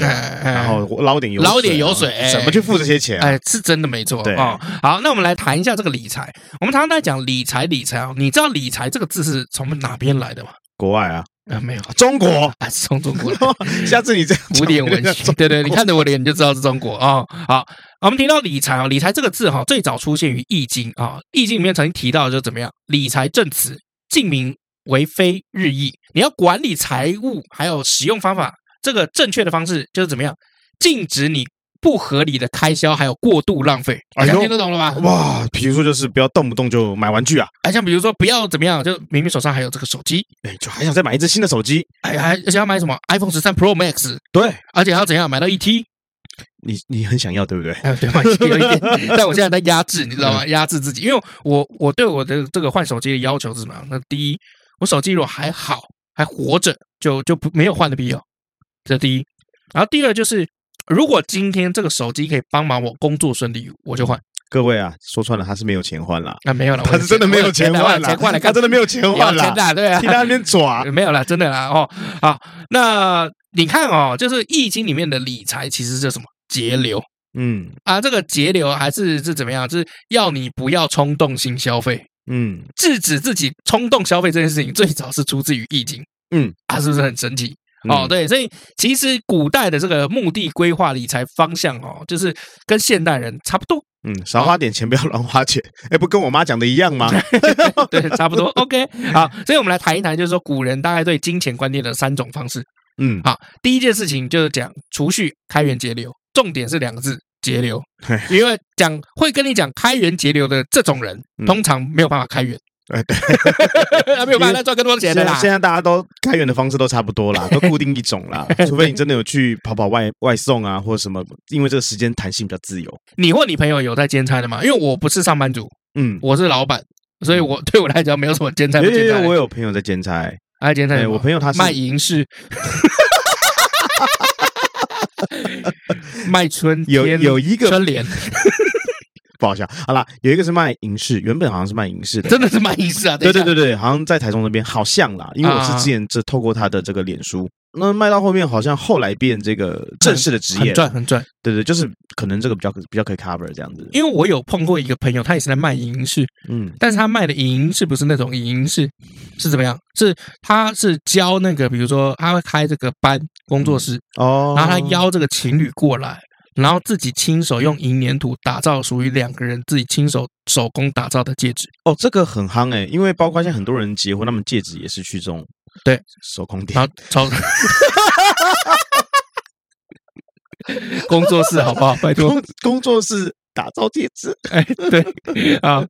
Speaker 1: 哎哎
Speaker 2: 然后捞点油水啊，
Speaker 1: 捞点油水哎
Speaker 2: 怎么去付这些钱啊？
Speaker 1: 哎，是真的没错
Speaker 2: 对
Speaker 1: 哦。好，那我们来谈一下这个理财。我们常常在讲理财，理财啊，你知道理财这个字是从哪边来的吗？
Speaker 2: 国外啊，
Speaker 1: 啊，没有，
Speaker 2: 中国。
Speaker 1: 啊，是从中国来的。
Speaker 2: 下次你这样
Speaker 1: 古典
Speaker 2: 讲
Speaker 1: 文 学，对对，你看着我的脸你就知道是中国啊、哦。好，我们提到理财啊、理财这个字哈、最早出现于《易经》啊，易经》里面曾经提到就是怎么样，理财正辞，敬民为非日益。你要管理财务还有使用方法，这个正确的方式就是怎么样，禁止你不合理的开销还有过度浪费。
Speaker 2: 哎呦
Speaker 1: 大家听得懂了吧？
Speaker 2: 哇，比如说就是不要动不动就买玩具啊，
Speaker 1: 哎，像比如说不要怎么样，就明明手上还有这个手机，
Speaker 2: 哎，就还想再买一只新的手机。
Speaker 1: 哎，还而且要买什么 iPhone 十三 Pro Max，
Speaker 2: 对
Speaker 1: 而且还要怎样买到一 T。
Speaker 2: 你，你很想要，对不对？
Speaker 1: 哎，对吧？有一 点，但我现在在压制，你知
Speaker 2: 嗯
Speaker 1: 道吗？压制自己，因为我我对我的这个换手机的要求是什么样？那第一，我手机如果还好，还活着，就就不没有换的必要，这第一。然后第二就是，如果今天这个手机可以帮忙我工作顺利，我就换。
Speaker 2: 各位啊，说穿了，他是没有钱换啦，
Speaker 1: 啊，没有了，
Speaker 2: 他是真的没有钱换
Speaker 1: 换
Speaker 2: 啦，
Speaker 1: 钱换了，
Speaker 2: 他真的没有钱
Speaker 1: 有
Speaker 2: 换
Speaker 1: 钱
Speaker 2: 啦，
Speaker 1: 的，对啊
Speaker 2: 替，他那 边抓。
Speaker 1: 没有啦，真的啦哦。好，那你看哦，就是《易经》里面的理财其实是什么节流。
Speaker 2: 嗯
Speaker 1: 啊，这个节流还是是怎么样？就是要你不要冲动性消费，
Speaker 2: 嗯，
Speaker 1: 制止自己冲动消费这件事情，最早是出自于《易经》。
Speaker 2: 嗯，
Speaker 1: 啊，是不是很神奇？
Speaker 2: 嗯
Speaker 1: 哦，，对，所以其实古代的这个目的规划理财方向哦，就是跟现代人差不多，
Speaker 2: 嗯，少花点钱，不要乱花钱。哎，不跟我妈讲的一样吗？
Speaker 1: 对，差 不多。OK，好，所以我们来谈一谈，就是说古人大概对金钱观念的三种方式。
Speaker 2: 嗯，
Speaker 1: 好，第一件事情就是讲储蓄、开源节流，重点是两个字节流
Speaker 2: 嘿，
Speaker 1: 因为讲会跟你讲开源节流的这种人，
Speaker 2: 嗯
Speaker 1: 通常没有办法开源，
Speaker 2: 哎对，
Speaker 1: 没有办法再赚更多的钱
Speaker 2: 现
Speaker 1: 的
Speaker 2: 在
Speaker 1: 啦
Speaker 2: 现。在大家都开源的方式都差不多啦，都固定一 种啦，除非你真的有去跑跑外外送啊，或者什么，因为这个时间弹性比较自由。
Speaker 1: 你或你朋友有在兼差的吗？因为我不是上班族，
Speaker 2: 嗯，
Speaker 1: 我是老板，所以我对我来讲没有什么兼差不哎
Speaker 2: 因为
Speaker 1: 兼
Speaker 2: 因
Speaker 1: 差
Speaker 2: 为
Speaker 1: 的。
Speaker 2: 我嗯有朋友在兼差，
Speaker 1: 哎，兼差
Speaker 2: 哎，
Speaker 1: 什么
Speaker 2: 我朋友他是
Speaker 1: 卖银饰。 卖春
Speaker 2: 有
Speaker 1: 天
Speaker 2: 有一个
Speaker 1: 春联，
Speaker 2: 不好笑，好啦，有一个是卖银饰，原本好像是卖银饰的。
Speaker 1: 真的是卖银饰啊！等
Speaker 2: 对
Speaker 1: 一下啊
Speaker 2: 对对对，好像在台中那边好像啦，因为我是之前这透过他的这个脸书，那卖到后面好像后来变这个正式的职业
Speaker 1: 很，赚很赚。
Speaker 2: 对对，就是可能这个比较比较可以 cover 这样子。
Speaker 1: 因为我有碰过一个朋友，他也是在卖银饰，
Speaker 2: 嗯，
Speaker 1: 但是他卖的银饰不是那种银饰，是怎么样？是他是教那个，比如说他会开这个班工作室，
Speaker 2: 哦，
Speaker 1: 然后他邀这个情侣过来，然后自己亲手用银粘土打造属于两个人自己亲手手工打造的戒 指。
Speaker 2: 哦，这个很夯哎、因为包括现在很多人结婚，他们戒指也是去这种
Speaker 1: 对
Speaker 2: 手工店
Speaker 1: 然，后超工作室好不好？拜托，
Speaker 2: 工工作室打造戒指，
Speaker 1: 哎，对啊，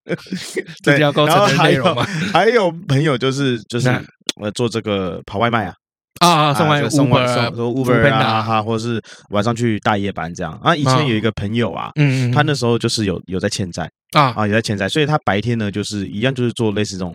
Speaker 1: 这
Speaker 2: 对，
Speaker 1: 就要构
Speaker 2: 然后
Speaker 1: 成的
Speaker 2: 还
Speaker 1: 内
Speaker 2: 有
Speaker 1: 容嘛
Speaker 2: 还有朋友就是就是
Speaker 1: 那
Speaker 2: 呃做这个跑外卖啊，
Speaker 1: 啊，送
Speaker 2: 这
Speaker 1: 完
Speaker 2: 个送
Speaker 1: Uber
Speaker 2: 外
Speaker 1: 啊
Speaker 2: 送送 Uber 啊
Speaker 1: Foodpanda
Speaker 2: 哈，或是晚上去大夜班这样啊。以
Speaker 1: 啊
Speaker 2: 前有一个朋友啊。
Speaker 1: 嗯，嗯
Speaker 2: 他那时候就是有有在欠债
Speaker 1: 啊
Speaker 2: 啊，有在欠债，所以他白天呢就是一样就是做类似这种，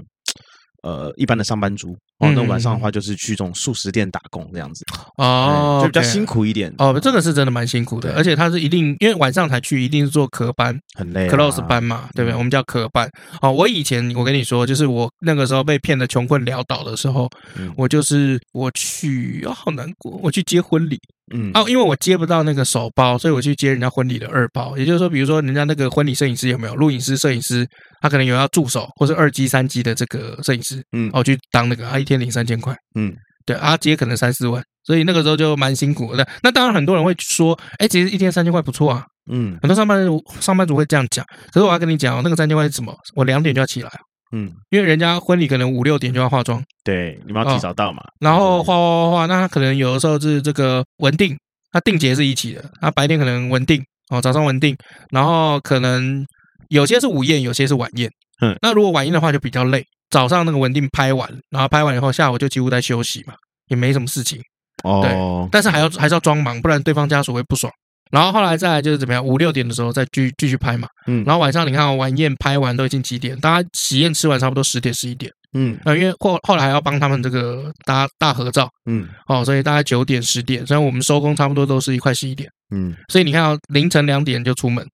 Speaker 2: 呃，一般的上班族哦。那
Speaker 1: 嗯
Speaker 2: 晚上的话就是去这种素食店打工这样子，
Speaker 1: 哦
Speaker 2: 嗯，就比较
Speaker 1: OK
Speaker 2: 辛苦一点
Speaker 1: 哦，这个是真的蛮辛苦的，
Speaker 2: 对
Speaker 1: 而且他是一定，因为晚上才去，一定是做壳班、
Speaker 2: 很累啊。嗯
Speaker 1: close 班嘛，对不对？我们叫壳班。哦，我以前我跟你说，就是我那个时候被骗的穷困潦倒的时候，
Speaker 2: 嗯
Speaker 1: 我就是我去，哦，好难过，我去接婚礼，
Speaker 2: 嗯
Speaker 1: 哦，因为我接不到那个手包，所以我去接人家婚礼的二包。也就是说，比如说人家那个婚礼摄影师有没有录影师、摄影师，他可能有要助手或是二机、三机的这个摄影师，
Speaker 2: 嗯
Speaker 1: 哦，去当那个，他一天领三千块，
Speaker 2: 嗯，
Speaker 1: 对，啊，接可能三四万，所以那个时候就蛮辛苦的。那当然，很多人会说，哎，其实一天三千块不错啊，
Speaker 2: 嗯
Speaker 1: 很多上班族上班族会这样讲。可是我要跟你讲哦，那个三千块是什么？我两点就要起来，
Speaker 2: 嗯，
Speaker 1: 因为人家婚礼可能五六点就要化妆。
Speaker 2: 对，你
Speaker 1: 哦
Speaker 2: 们要提早到嘛，
Speaker 1: 然
Speaker 2: 嗯
Speaker 1: 后画画画画，那他可能有的时候是这个文定，他定节是一起的，他白天可能文定哦，早上文定，然后可能有些是午宴，有些是晚宴。
Speaker 2: 嗯，
Speaker 1: 那如果晚宴的话就比较累，早上那个文定拍完，然后拍完以后下午就几乎在休息嘛，也没什么事情，
Speaker 2: 哦，
Speaker 1: 但是还要还是要装忙，不然对方家属会不爽。然后后来再来就是怎么样，五六点的时候再继继续拍嘛，
Speaker 2: 嗯
Speaker 1: 然后晚上你看哦晚宴拍完都已经几点，大家喜宴吃完差不多十点十一点，
Speaker 2: 嗯
Speaker 1: 呃，因为后后来还要帮他们这个大大合照，
Speaker 2: 嗯
Speaker 1: 哦，所以大概九点十点，虽然我们收工差不多都是一快十一点，
Speaker 2: 嗯，
Speaker 1: 所以你看到凌晨两点就出门，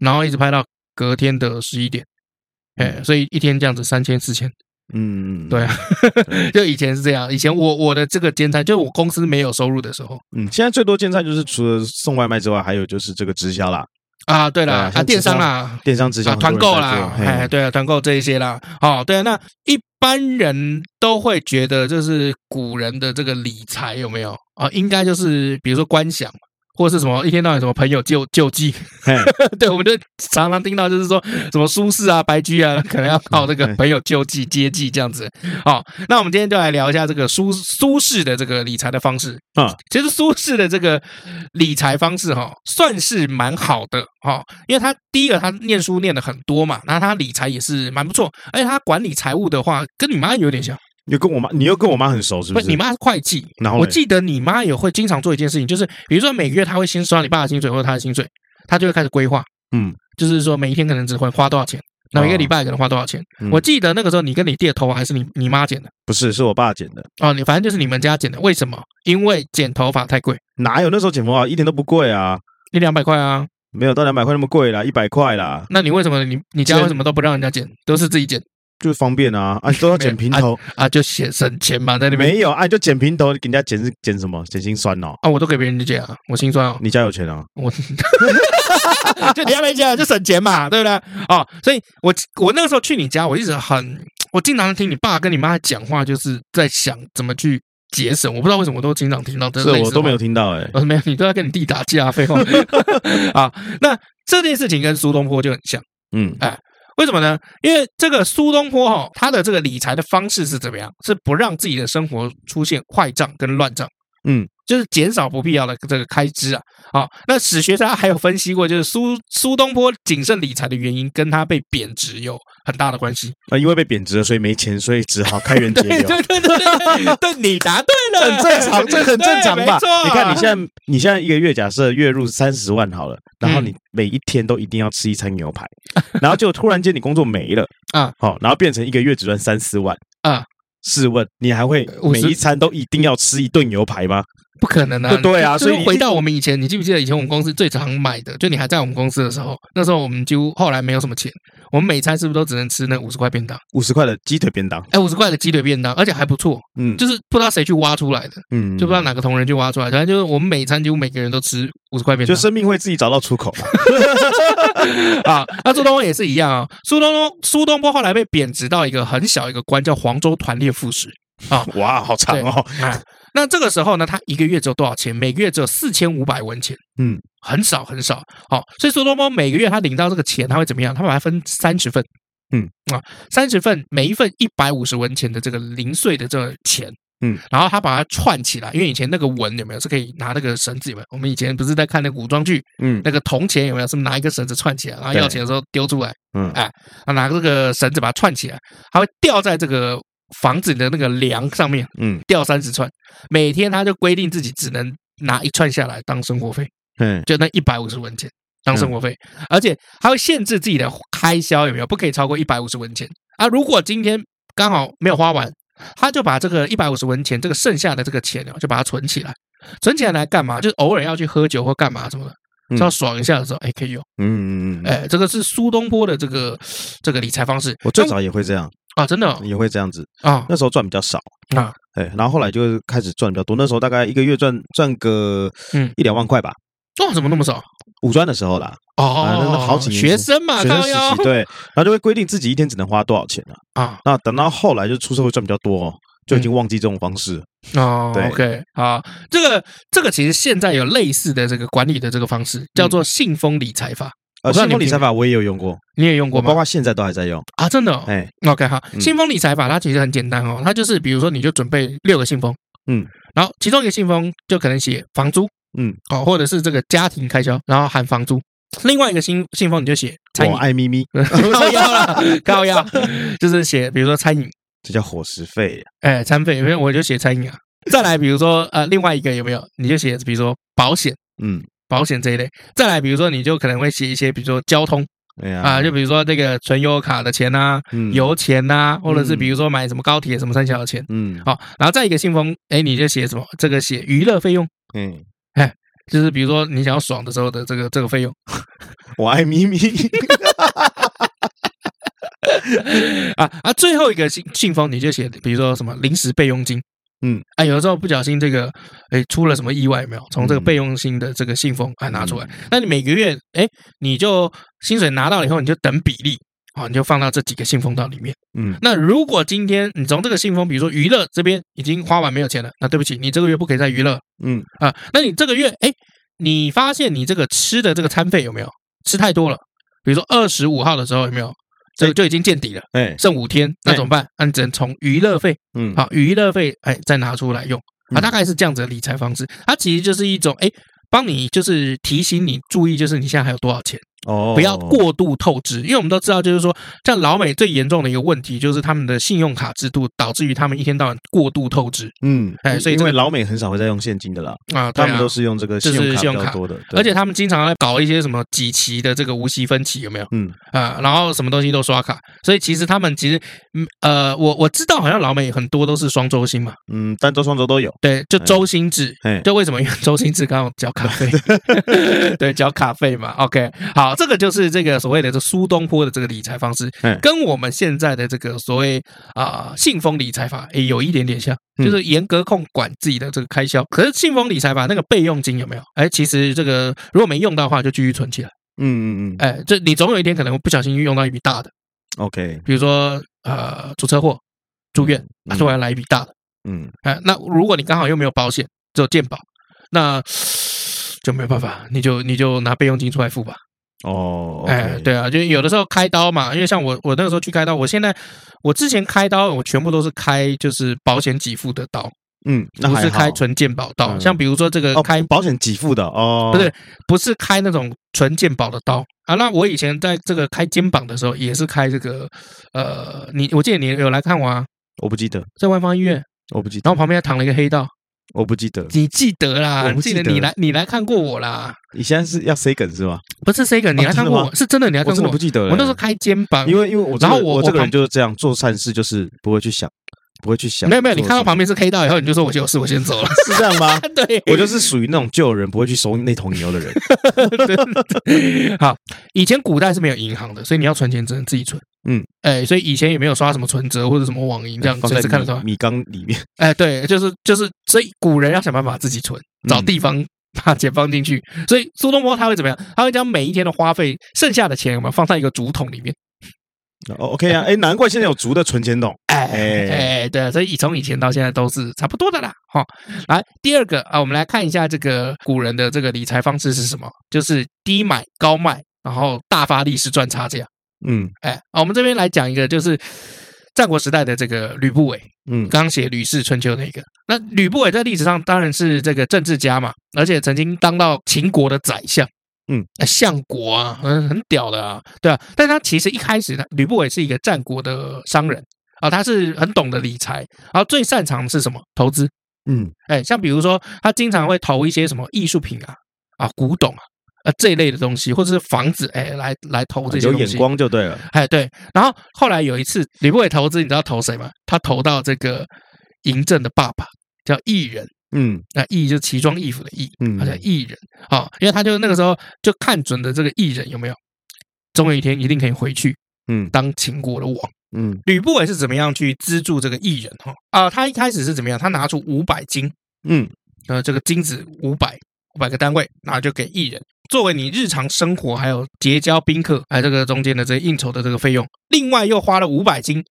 Speaker 1: 然后一直拍到隔天的十一点，哎，所以一天这样子三千四千，
Speaker 2: 嗯，
Speaker 1: 对啊， 就以前是这样，以前我我的这个兼差，就是我公司没有收入的时候
Speaker 2: 嗯，现在最多建菜就是除了送外卖之外，还有就是这个直销啦，
Speaker 1: 啊，对
Speaker 2: 对啊
Speaker 1: 啦，啊，
Speaker 2: 像
Speaker 1: 电
Speaker 2: 直销
Speaker 1: 商啦。
Speaker 2: 电商直销
Speaker 1: 啊，
Speaker 2: 很多
Speaker 1: 团
Speaker 2: 人在
Speaker 1: 购
Speaker 2: 做，
Speaker 1: 啦，
Speaker 2: 嘿
Speaker 1: 哎，，对啊，团购这一些啦，哦，对啊，那一般人都会觉得，就是古人的这个理财有没有啊？应该就是比如说观想，或者是什么一天到晚什么朋友救 救济，
Speaker 2: 嘿
Speaker 1: 对，我们就常常听到就是说什么舒适啊、白居啊，可能要靠这个
Speaker 2: 嗯
Speaker 1: 朋友救济、接济这样子。好，那我们今天就来聊一下这个舒舒适的这个理财的方式。
Speaker 2: 啊，
Speaker 1: 其实苏轼的这个理财方式哈、算是蛮好的哈、因为他第一个他念书念的很多嘛，那他理财也是蛮不错，而且他管理财务的话，跟你妈有点像，
Speaker 2: 你跟我妈，你又跟我妈很熟是不
Speaker 1: 不，
Speaker 2: 是？
Speaker 1: 你妈是会计。
Speaker 2: 然后嘞
Speaker 1: 我记得你妈也会经常做一件事情，就是比如说每个月她会先收到你爸的薪水或者她的薪水，她就会开始规划，
Speaker 2: 嗯，
Speaker 1: 就是说每一天可能只会花多少钱，那一个礼拜可能花多少钱。
Speaker 2: 嗯
Speaker 1: 我记得那个时候你跟你爹头发还是你你妈剪的
Speaker 2: 不是，是我爸剪的，
Speaker 1: 哦，你反正就是你们家剪的，为什么？因为剪头发太贵，
Speaker 2: 哪有那时候剪头发一点都不贵啊，
Speaker 1: 一两百块啊，
Speaker 2: 没有到两百块那么贵啦，一百块啦，
Speaker 1: 那你为什么你你家为什么都不让人家剪，都是自己剪
Speaker 2: 就是方便啊， 啊，你都要剪平头，
Speaker 1: 啊？就写省钱嘛，在那边
Speaker 2: 没有啊，你就剪平头，给人家剪是剪什么？剪心酸哦，
Speaker 1: 啊，我都给别人剪啊，我心酸 哦，
Speaker 2: 你家有钱啊？
Speaker 1: 啊就你家没剪就省钱嘛， 对不对？哦，所以我我那个时候去你家，我一直很，我经常听你爸跟你妈讲话，就是在想怎么去节省，我不知道为什么我都经常听到这
Speaker 2: 这
Speaker 1: 类似的
Speaker 2: 我都没有
Speaker 1: 话。哦
Speaker 2: 听到哎、
Speaker 1: 我说没有，你都在跟你弟打架，废话 啊！那这件事情跟苏东坡就很像。
Speaker 2: 嗯
Speaker 1: 为什么呢？因为这个苏东坡哈、他的这个理财的方式是怎么样？是不让自己的生活出现坏账跟乱账，
Speaker 2: 嗯，
Speaker 1: 就是减少不必要的这个开支啊。好、那史学家还有分析过，就是苏苏东坡谨慎理财的原因，跟他被贬值有很大的关系。
Speaker 2: 啊，因为被贬值了，所以没钱，所以只好开源 节
Speaker 1: 对
Speaker 2: 流。
Speaker 1: 对对对对，对你答对了，
Speaker 2: 很哎正常，这很正常吧
Speaker 1: 对没？错
Speaker 2: 你看你现在，你现在一个月假设月入三十万好了，
Speaker 1: 嗯
Speaker 2: 然后你每一天都一定要吃一餐牛排， 然后就突然间你工作没了
Speaker 1: 啊，
Speaker 2: 好，然后变成一个月只赚三四万
Speaker 1: 啊。试
Speaker 2: 试问你还会
Speaker 1: 五
Speaker 2: 每
Speaker 1: 十
Speaker 2: 一餐都一定要吃一顿牛排吗？
Speaker 1: 不可能啊！
Speaker 2: 对对啊
Speaker 1: 就
Speaker 2: 所以
Speaker 1: 就是回到我们以前，你记不记得以前我们公司最常买的，就你还在我们公司的时候，那时候我们几乎后来没有什么钱，我们每餐是不是都只能吃那五十块便当？
Speaker 2: 五十块的鸡腿便当，
Speaker 1: 哎，五十块的鸡腿便当，而且还不错，
Speaker 2: 嗯，
Speaker 1: 就是不知道谁去挖出来的，
Speaker 2: 嗯
Speaker 1: 就不知道哪个同仁去挖出来的，反正就是我们每餐几乎每个人都吃五十块便
Speaker 2: 就
Speaker 1: 当。
Speaker 2: 生命会自己找到出口嘛。
Speaker 1: 啊，那苏东坡也是一样啊、苏东坡苏东坡后来被贬值到一个很小一个官，叫黄州团练副使。
Speaker 2: 哇，好长哦，
Speaker 1: 啊，那这个时候呢，他一个月只有多少钱？每个月只有四千五百文钱。
Speaker 2: 嗯，
Speaker 1: 很少很少。好、所以苏东坡每个月他领到这个钱，他会怎么样？他把它分三十份，
Speaker 2: 嗯
Speaker 1: 啊，三十份，每一份一百五十文钱的这个零碎的这个钱。
Speaker 2: 嗯，
Speaker 1: 然后他把它串起来，因为以前那个文有没有是可以拿那个绳子有没有？我们以前不是在看那个古装剧，
Speaker 2: 嗯
Speaker 1: 那个铜钱有没有是拿一根绳子串起来，然后
Speaker 2: 对
Speaker 1: 要钱的时候丢出来，
Speaker 2: 嗯
Speaker 1: 哎，啊拿这个绳子把它串起来，它会吊在这个房子的那个梁上面，
Speaker 2: 嗯
Speaker 1: 吊三十串，每天他就规定自己只能拿一串下来当生活费，
Speaker 2: 嗯
Speaker 1: 就那一百五十文钱当生活费，而且还会限制自己的开销，有没有不可以超过一百五十文钱啊？如果今天刚好没有花完，他就把这个一百五十文钱这个剩下的这个钱哦，就把它存起来，存起来来干嘛？就是偶尔要去喝酒或干嘛什么的。
Speaker 2: 嗯
Speaker 1: 稍爽一下的时候，哎，可以用，
Speaker 2: 嗯嗯嗯，
Speaker 1: 哎，这个是苏东坡的这个这个理财方式哎
Speaker 2: 我最早也会这样，
Speaker 1: 啊，真的哦
Speaker 2: 也会这样子。
Speaker 1: 啊
Speaker 2: 那时候赚比较少
Speaker 1: 啊，
Speaker 2: 哎，然后后来就开始赚比较多，那时候大概一个月赚赚个
Speaker 1: 嗯
Speaker 2: 一两万块吧，
Speaker 1: 哦，怎么那么少？
Speaker 2: 五专的时候啦，啊那
Speaker 1: 哦
Speaker 2: 那，好几年
Speaker 1: 学
Speaker 2: 前
Speaker 1: 生嘛，
Speaker 2: 学生
Speaker 1: 靠
Speaker 2: 时
Speaker 1: 腰
Speaker 2: 期对，然后就会规定自己一天只能花多少钱啊。
Speaker 1: 啊
Speaker 2: 那等到后来就出社会赚比较多、哦，就已经忘记这种方式了。
Speaker 1: 嗯哦
Speaker 2: 对
Speaker 1: ，OK 啊，这个这个其实现在有类似的这个管理的这个方式，叫
Speaker 2: 嗯
Speaker 1: 做信封理财法，我
Speaker 2: 呃，
Speaker 1: 知道
Speaker 2: 信
Speaker 1: 你
Speaker 2: 封理
Speaker 1: 平
Speaker 2: 财法我也有用过，
Speaker 1: 你也用过
Speaker 2: 我包
Speaker 1: 吗？
Speaker 2: 括现在都还在用。
Speaker 1: 啊，真的哦
Speaker 2: 哎，
Speaker 1: OK 好，
Speaker 2: 嗯
Speaker 1: 信封理财法它其实很简单哦，它就是比如说你就准备六个信封，
Speaker 2: 嗯，
Speaker 1: 然后其中一个信封就可能写房租，
Speaker 2: 嗯，
Speaker 1: 哦，或者是这个家庭开销，然后含房租。另外一个信信封你就写餐饮
Speaker 2: 我，爱咪咪，
Speaker 1: 高腰了，高腰，就是写比如说餐饮，
Speaker 2: 这叫伙食费。
Speaker 1: 哎，餐费，因为我就写餐饮啊。再来，比如说呃，另外一个有没有？你就写比如说保险，
Speaker 2: 嗯，
Speaker 1: 保险这一类。再来，比如说你就可能会写一些，比如说交通
Speaker 2: 哎呀，
Speaker 1: 啊，就比如说那个存悠游卡的钱呐、
Speaker 2: 嗯，
Speaker 1: 油钱呐、或者是
Speaker 2: 嗯
Speaker 1: 比如说买什么高铁什么三小的钱。
Speaker 2: 嗯，
Speaker 1: 好，然后再一个信封，哎，你就写什么？这个写娱乐费用，
Speaker 2: 嗯，
Speaker 1: 就是比如说你想要爽的时候的这个这个费用
Speaker 2: 我爱 咪咪。
Speaker 1: 啊啊。最后一个信信封你就写，比如说什么临时备用金，
Speaker 2: 嗯
Speaker 1: 啊，有的时候不小心这个哎出了什么意外有没有？从这个备用金的这个信封啊拿出来，那你每个月哎你就薪水拿到以后，你就等比例。啊，你就放到这几个信封到里面。
Speaker 2: 嗯，
Speaker 1: 那如果今天你从这个信封，比如说娱乐这边已经花完没有钱了，那对不起，你这个月不可以再娱乐了
Speaker 2: 嗯，
Speaker 1: 啊。那你这个月，哎，你发现你这个吃的这个餐费有没有吃太多了？比如说二十五号的时候有没有，这个就已经见底了，
Speaker 2: 哎，
Speaker 1: 剩五天，那
Speaker 2: 哎
Speaker 1: 怎么办？那你只能从娱乐费，
Speaker 2: 嗯，
Speaker 1: 好，娱乐费，哎，再拿出来用啊，
Speaker 2: 嗯
Speaker 1: 大概是这样子的理财方式。它其实就是一种，哎，帮你就是提醒你注意，就是你现在还有多少钱。
Speaker 2: 哦，
Speaker 1: 不要过度透支，因为我们都知道，就是说，像老美最严重的一个问题，就是他们的信用卡制度导致于他们一天到晚过度透支
Speaker 2: 嗯，
Speaker 1: 哎所以这
Speaker 2: 因
Speaker 1: 个
Speaker 2: 为老美很少会再用现金的啦，
Speaker 1: 啊，对
Speaker 2: 他
Speaker 1: 啊
Speaker 2: 们都是用这个
Speaker 1: 就是
Speaker 2: 用卡
Speaker 1: 信用
Speaker 2: 比较
Speaker 1: 卡
Speaker 2: 多的，对
Speaker 1: 而且他们经常在搞一些什么几期的这个无息分期，有没有
Speaker 2: 嗯
Speaker 1: 啊？然后什么东西都刷卡，所以其实他们其实，嗯呃，我我知道好像老美很多都是双周薪嘛，
Speaker 2: 嗯，单周双周都有，
Speaker 1: 对，就周薪制，
Speaker 2: 哎，
Speaker 1: 就为什么？因为周星驰刚好交卡费， 对，交卡费嘛。OK，好，这个就是这个所谓的这苏东坡的这个理财方式
Speaker 2: 嗯，
Speaker 1: 跟我们现在的这个所谓啊、信封理财法也有一点点像，
Speaker 2: 嗯
Speaker 1: 就是严格控管自己的这个开销。可是信封理财法那个备用金有没有？哎，其实这个如果没用到的话，就继续存起来。
Speaker 2: 嗯嗯嗯
Speaker 1: 哎，这你总有一天可能不小心用到一笔大的，
Speaker 2: ，OK，
Speaker 1: 比如说呃出车祸、住院，啊
Speaker 2: 嗯
Speaker 1: 突然来一笔大的。
Speaker 2: 嗯，
Speaker 1: 哎，那如果你刚好又没有保险，只有健保，那就没有办法，你就你就拿备用金出来付吧。
Speaker 2: 哦，
Speaker 1: 哎，
Speaker 2: OK，
Speaker 1: 对啊，就有的时候开刀嘛，因为像我我那个时候去开刀，我现在我之前开刀，我全部都是开就是保险给付的刀，
Speaker 2: 嗯，那
Speaker 1: 不
Speaker 2: 还
Speaker 1: 是
Speaker 2: 好
Speaker 1: 开纯健保刀。
Speaker 2: 嗯
Speaker 1: 像比如说这个
Speaker 2: 哦，
Speaker 1: 开
Speaker 2: 保险给付的哦，
Speaker 1: 不是不是开那种纯健保的刀啊。那我以前在这个开肩膀的时候，也是开这个呃，你我记得你有来看我啊，
Speaker 2: 我不记得，
Speaker 1: 在万方医院，
Speaker 2: 我不记
Speaker 1: 然
Speaker 2: 得，
Speaker 1: 后旁边还躺了一个黑道，
Speaker 2: 我不记得。
Speaker 1: 你记得啦，
Speaker 2: 我
Speaker 1: 你
Speaker 2: 不
Speaker 1: 记
Speaker 2: 记
Speaker 1: 得
Speaker 2: 得
Speaker 1: 你来你来看过我啦，
Speaker 2: 你现在是要 say 梗是吧？
Speaker 1: 不是 C 哥，你来看过
Speaker 2: 哦真的
Speaker 1: 我，
Speaker 2: 吗
Speaker 1: 是真的你来
Speaker 2: 我
Speaker 1: 看
Speaker 2: 真
Speaker 1: 过
Speaker 2: 的不记得了。
Speaker 1: 我那时候开肩膀，
Speaker 2: 因为因为我这
Speaker 1: 然后
Speaker 2: 个
Speaker 1: 我
Speaker 2: 我这个
Speaker 1: 我
Speaker 2: 人就是这样做善事，就是不会去想，不会去想。
Speaker 1: 没有没有，你
Speaker 2: 做
Speaker 1: 看到
Speaker 2: 什么
Speaker 1: 旁边是 K 道以后，你就说我有事，我先走了。
Speaker 2: 是这样吗？
Speaker 1: 对，
Speaker 2: 我就是属于那种救人不会去收那头牛的人。
Speaker 1: 好，以前古代是没有银行的，所以你要存钱只能自己存。
Speaker 2: 嗯，哎
Speaker 1: 哎，所以以前也没有刷什么存折或者什么网银这样，
Speaker 2: 放
Speaker 1: 随
Speaker 2: 在
Speaker 1: 时看得到
Speaker 2: 米。米缸里面。
Speaker 1: 哎，对，就是就是，所以古人要想办法自己存，找
Speaker 2: 嗯
Speaker 1: 地方把钱放进去。所以苏东坡他会怎么样？他会将每一天的花费，剩下的钱我们放在一个竹筒里面。
Speaker 2: 哦，OK 啊，哎，难怪现在有竹的存钱筒。
Speaker 1: 哎哎，对，所以从以前到现在都是差不多的啦。哈、来第二个啊，我们来看一下这个古人的这个理财方式是什么，就是低买高卖，然后大发利是赚差价。
Speaker 2: 嗯
Speaker 1: 哎，啊我们这边来讲一个，就是战国时代的这个吕不韦，
Speaker 2: 嗯
Speaker 1: 刚写《吕氏春秋》那个。那吕不韦在历史上当然是这个政治家嘛，而且曾经当到秦国的宰相。
Speaker 2: 嗯
Speaker 1: 哎，相国啊，嗯，很屌的啊，对啊。但他其实一开始呢，吕不韦是一个战国的商人啊，他是很懂得理财，然后最擅长的是什么？投资。
Speaker 2: 嗯
Speaker 1: 哎，像比如说，他经常会投一些什么艺术品啊、啊古董啊、啊这一类的东西，或者是房子，哎，来来投这些
Speaker 2: 啊有
Speaker 1: 东西
Speaker 2: 眼光就对了。
Speaker 1: 哎，对。然后后来有一次，吕不韦投资，你知道投谁吗？他投到这个嬴政的爸爸，叫异人。
Speaker 2: 嗯
Speaker 1: 那异就是奇装异服的异，
Speaker 2: 嗯
Speaker 1: 他叫异人啊、哦因为他就那个时候就看准了这个异人有没有，总有一天一定可以回去
Speaker 2: 嗯
Speaker 1: 当秦国的王
Speaker 2: 嗯
Speaker 1: 吕不韦是怎么样去资助这个艺人哈？啊、他一开始是怎么样？他拿出五百金，
Speaker 2: 嗯
Speaker 1: 呃，这个金子五百五百个单位，然后就给艺人作为你日常生活还有结交宾客，还有这个中间的这个应酬的这个费用。另外又花了五百金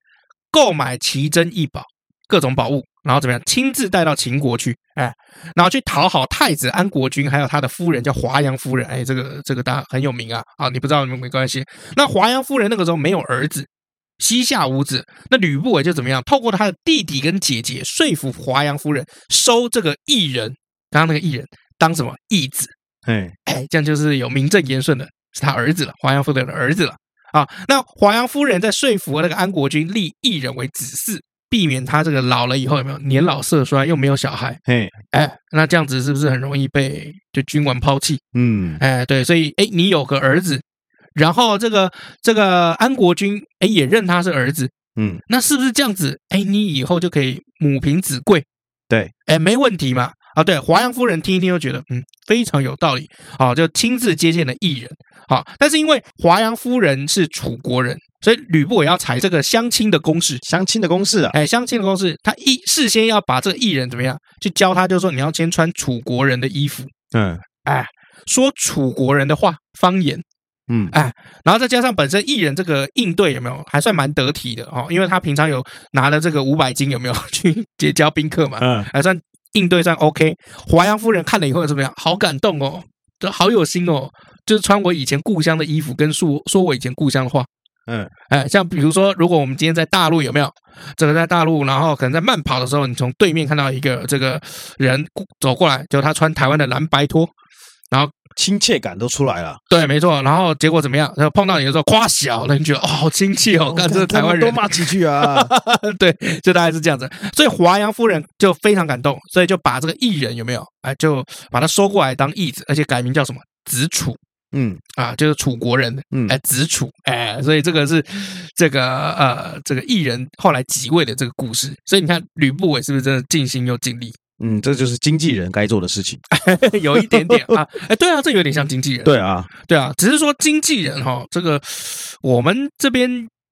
Speaker 1: 购买奇珍异宝各种宝物，然后怎么样亲自带到秦国去，哎，然后去讨好太子安国君，还有他的夫人叫华阳夫人，哎，这个这个大家很有名啊啊，你不知道没关系。那华阳夫人那个时候没有儿子。膝下无子，那吕不韦就怎么样？透过他的弟弟跟姐姐说服华阳夫人收这个异人，刚刚那个异人当什么义子？
Speaker 2: 哎
Speaker 1: 哎，这样就是有名正言顺的，是他儿子了，华阳夫人的儿子了啊。那华阳夫人在说服那个安国君立异人为子嗣，避免他这个老了以后有没有年老色衰又没有小孩，
Speaker 2: 嘿
Speaker 1: 哎，那这样子是不是很容易被就君王抛弃？
Speaker 2: 嗯
Speaker 1: 哎，对，所以哎，你有个儿子，然后这个这个安国君哎也认他是儿子，
Speaker 2: 嗯
Speaker 1: 那是不是这样子？哎，你以后就可以母凭子贵，
Speaker 2: 对，
Speaker 1: 哎，没问题嘛。啊，对，华阳夫人听一听就觉得，嗯，非常有道理，啊，就亲自接见了异人，啊，但是因为华阳夫人是楚国人，所以吕不韦要采这个相亲的公式，
Speaker 2: 相亲的公式啊，
Speaker 1: 哎，相亲的公式，他一事先要把这个异人怎么样，去教他，就说你要先穿楚国人的衣服，
Speaker 2: 嗯
Speaker 1: 说楚国人的话方言，
Speaker 2: 嗯
Speaker 1: 然后再加上本身艺人这个应对有没有还算蛮得体的哦，因为他平常有拿了这个五百金有没有去结交宾客嘛，
Speaker 2: 嗯
Speaker 1: 还算应对算 OK。华阳夫人看了以后怎么样？好感动哦，这好有心哦，就是穿我以前故乡的衣服，跟说说我以前故乡的话。
Speaker 2: 嗯
Speaker 1: 哎，像比如说，如果我们今天在大陆有没有这个在大陆，然后可能在慢跑的时候，你从对面看到一个这个人走过来，就他穿台湾的蓝白拖，
Speaker 2: 亲切感都出来了。
Speaker 1: 对，没错。然后结果怎么样？然后碰到你的时候，夸小，那你觉得哦，好亲切哦，看这是台湾人
Speaker 2: 多，骂几 句啊！
Speaker 1: 对，就大概是这样子。所以华阳夫人就非常感动，所以就把这个艺人有没有？哎，就把他收过来当义子，而且改名叫什么子楚
Speaker 2: 嗯
Speaker 1: 啊，就是楚国人的
Speaker 2: 嗯
Speaker 1: 哎，子楚哎，所以这个是这个呃这个艺人后来即位的这个故事。所以你看吕不韦是不是真的尽心又尽力？
Speaker 2: 嗯，这就是经纪人该做的事情。
Speaker 1: 哎有一点点啊，哎，对啊，这有点像经纪人。
Speaker 2: 对啊，
Speaker 1: 对啊，只是说经纪人哈，这个我们这边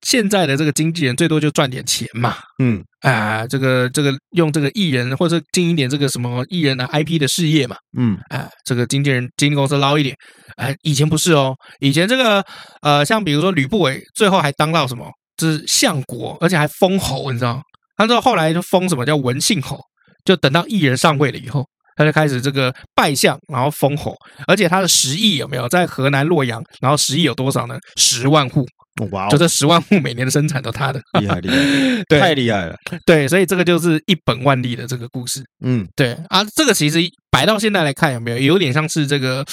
Speaker 1: 现在的这个经纪人最多就赚点钱嘛，
Speaker 2: 嗯
Speaker 1: 啊、这个这个用这个艺人或者经营点这个什么艺人的 IP 的事业嘛，
Speaker 2: 嗯
Speaker 1: 啊、这个经纪人经纪公司捞一点，哎、以前不是哦，以前这个呃，像比如说吕不韦最后还当到什么，就是相国，而且还封侯，你知道吗？他说后来就封什么叫文信侯，就等到艺人上位了以后，他就开始这个拜相，然后封侯，而且他的十亿有没有在河南洛阳？然后十亿有多少呢？十万户，
Speaker 2: 哇哦
Speaker 1: 就，这十万户每年的生产都他的，
Speaker 2: 厉害厉害，
Speaker 1: 对
Speaker 2: 太厉害了。
Speaker 1: 对，所以这个就是一本万利的这个故事。
Speaker 2: 嗯
Speaker 1: 对啊，这个其实摆到现在来看，有没有有点像是这个，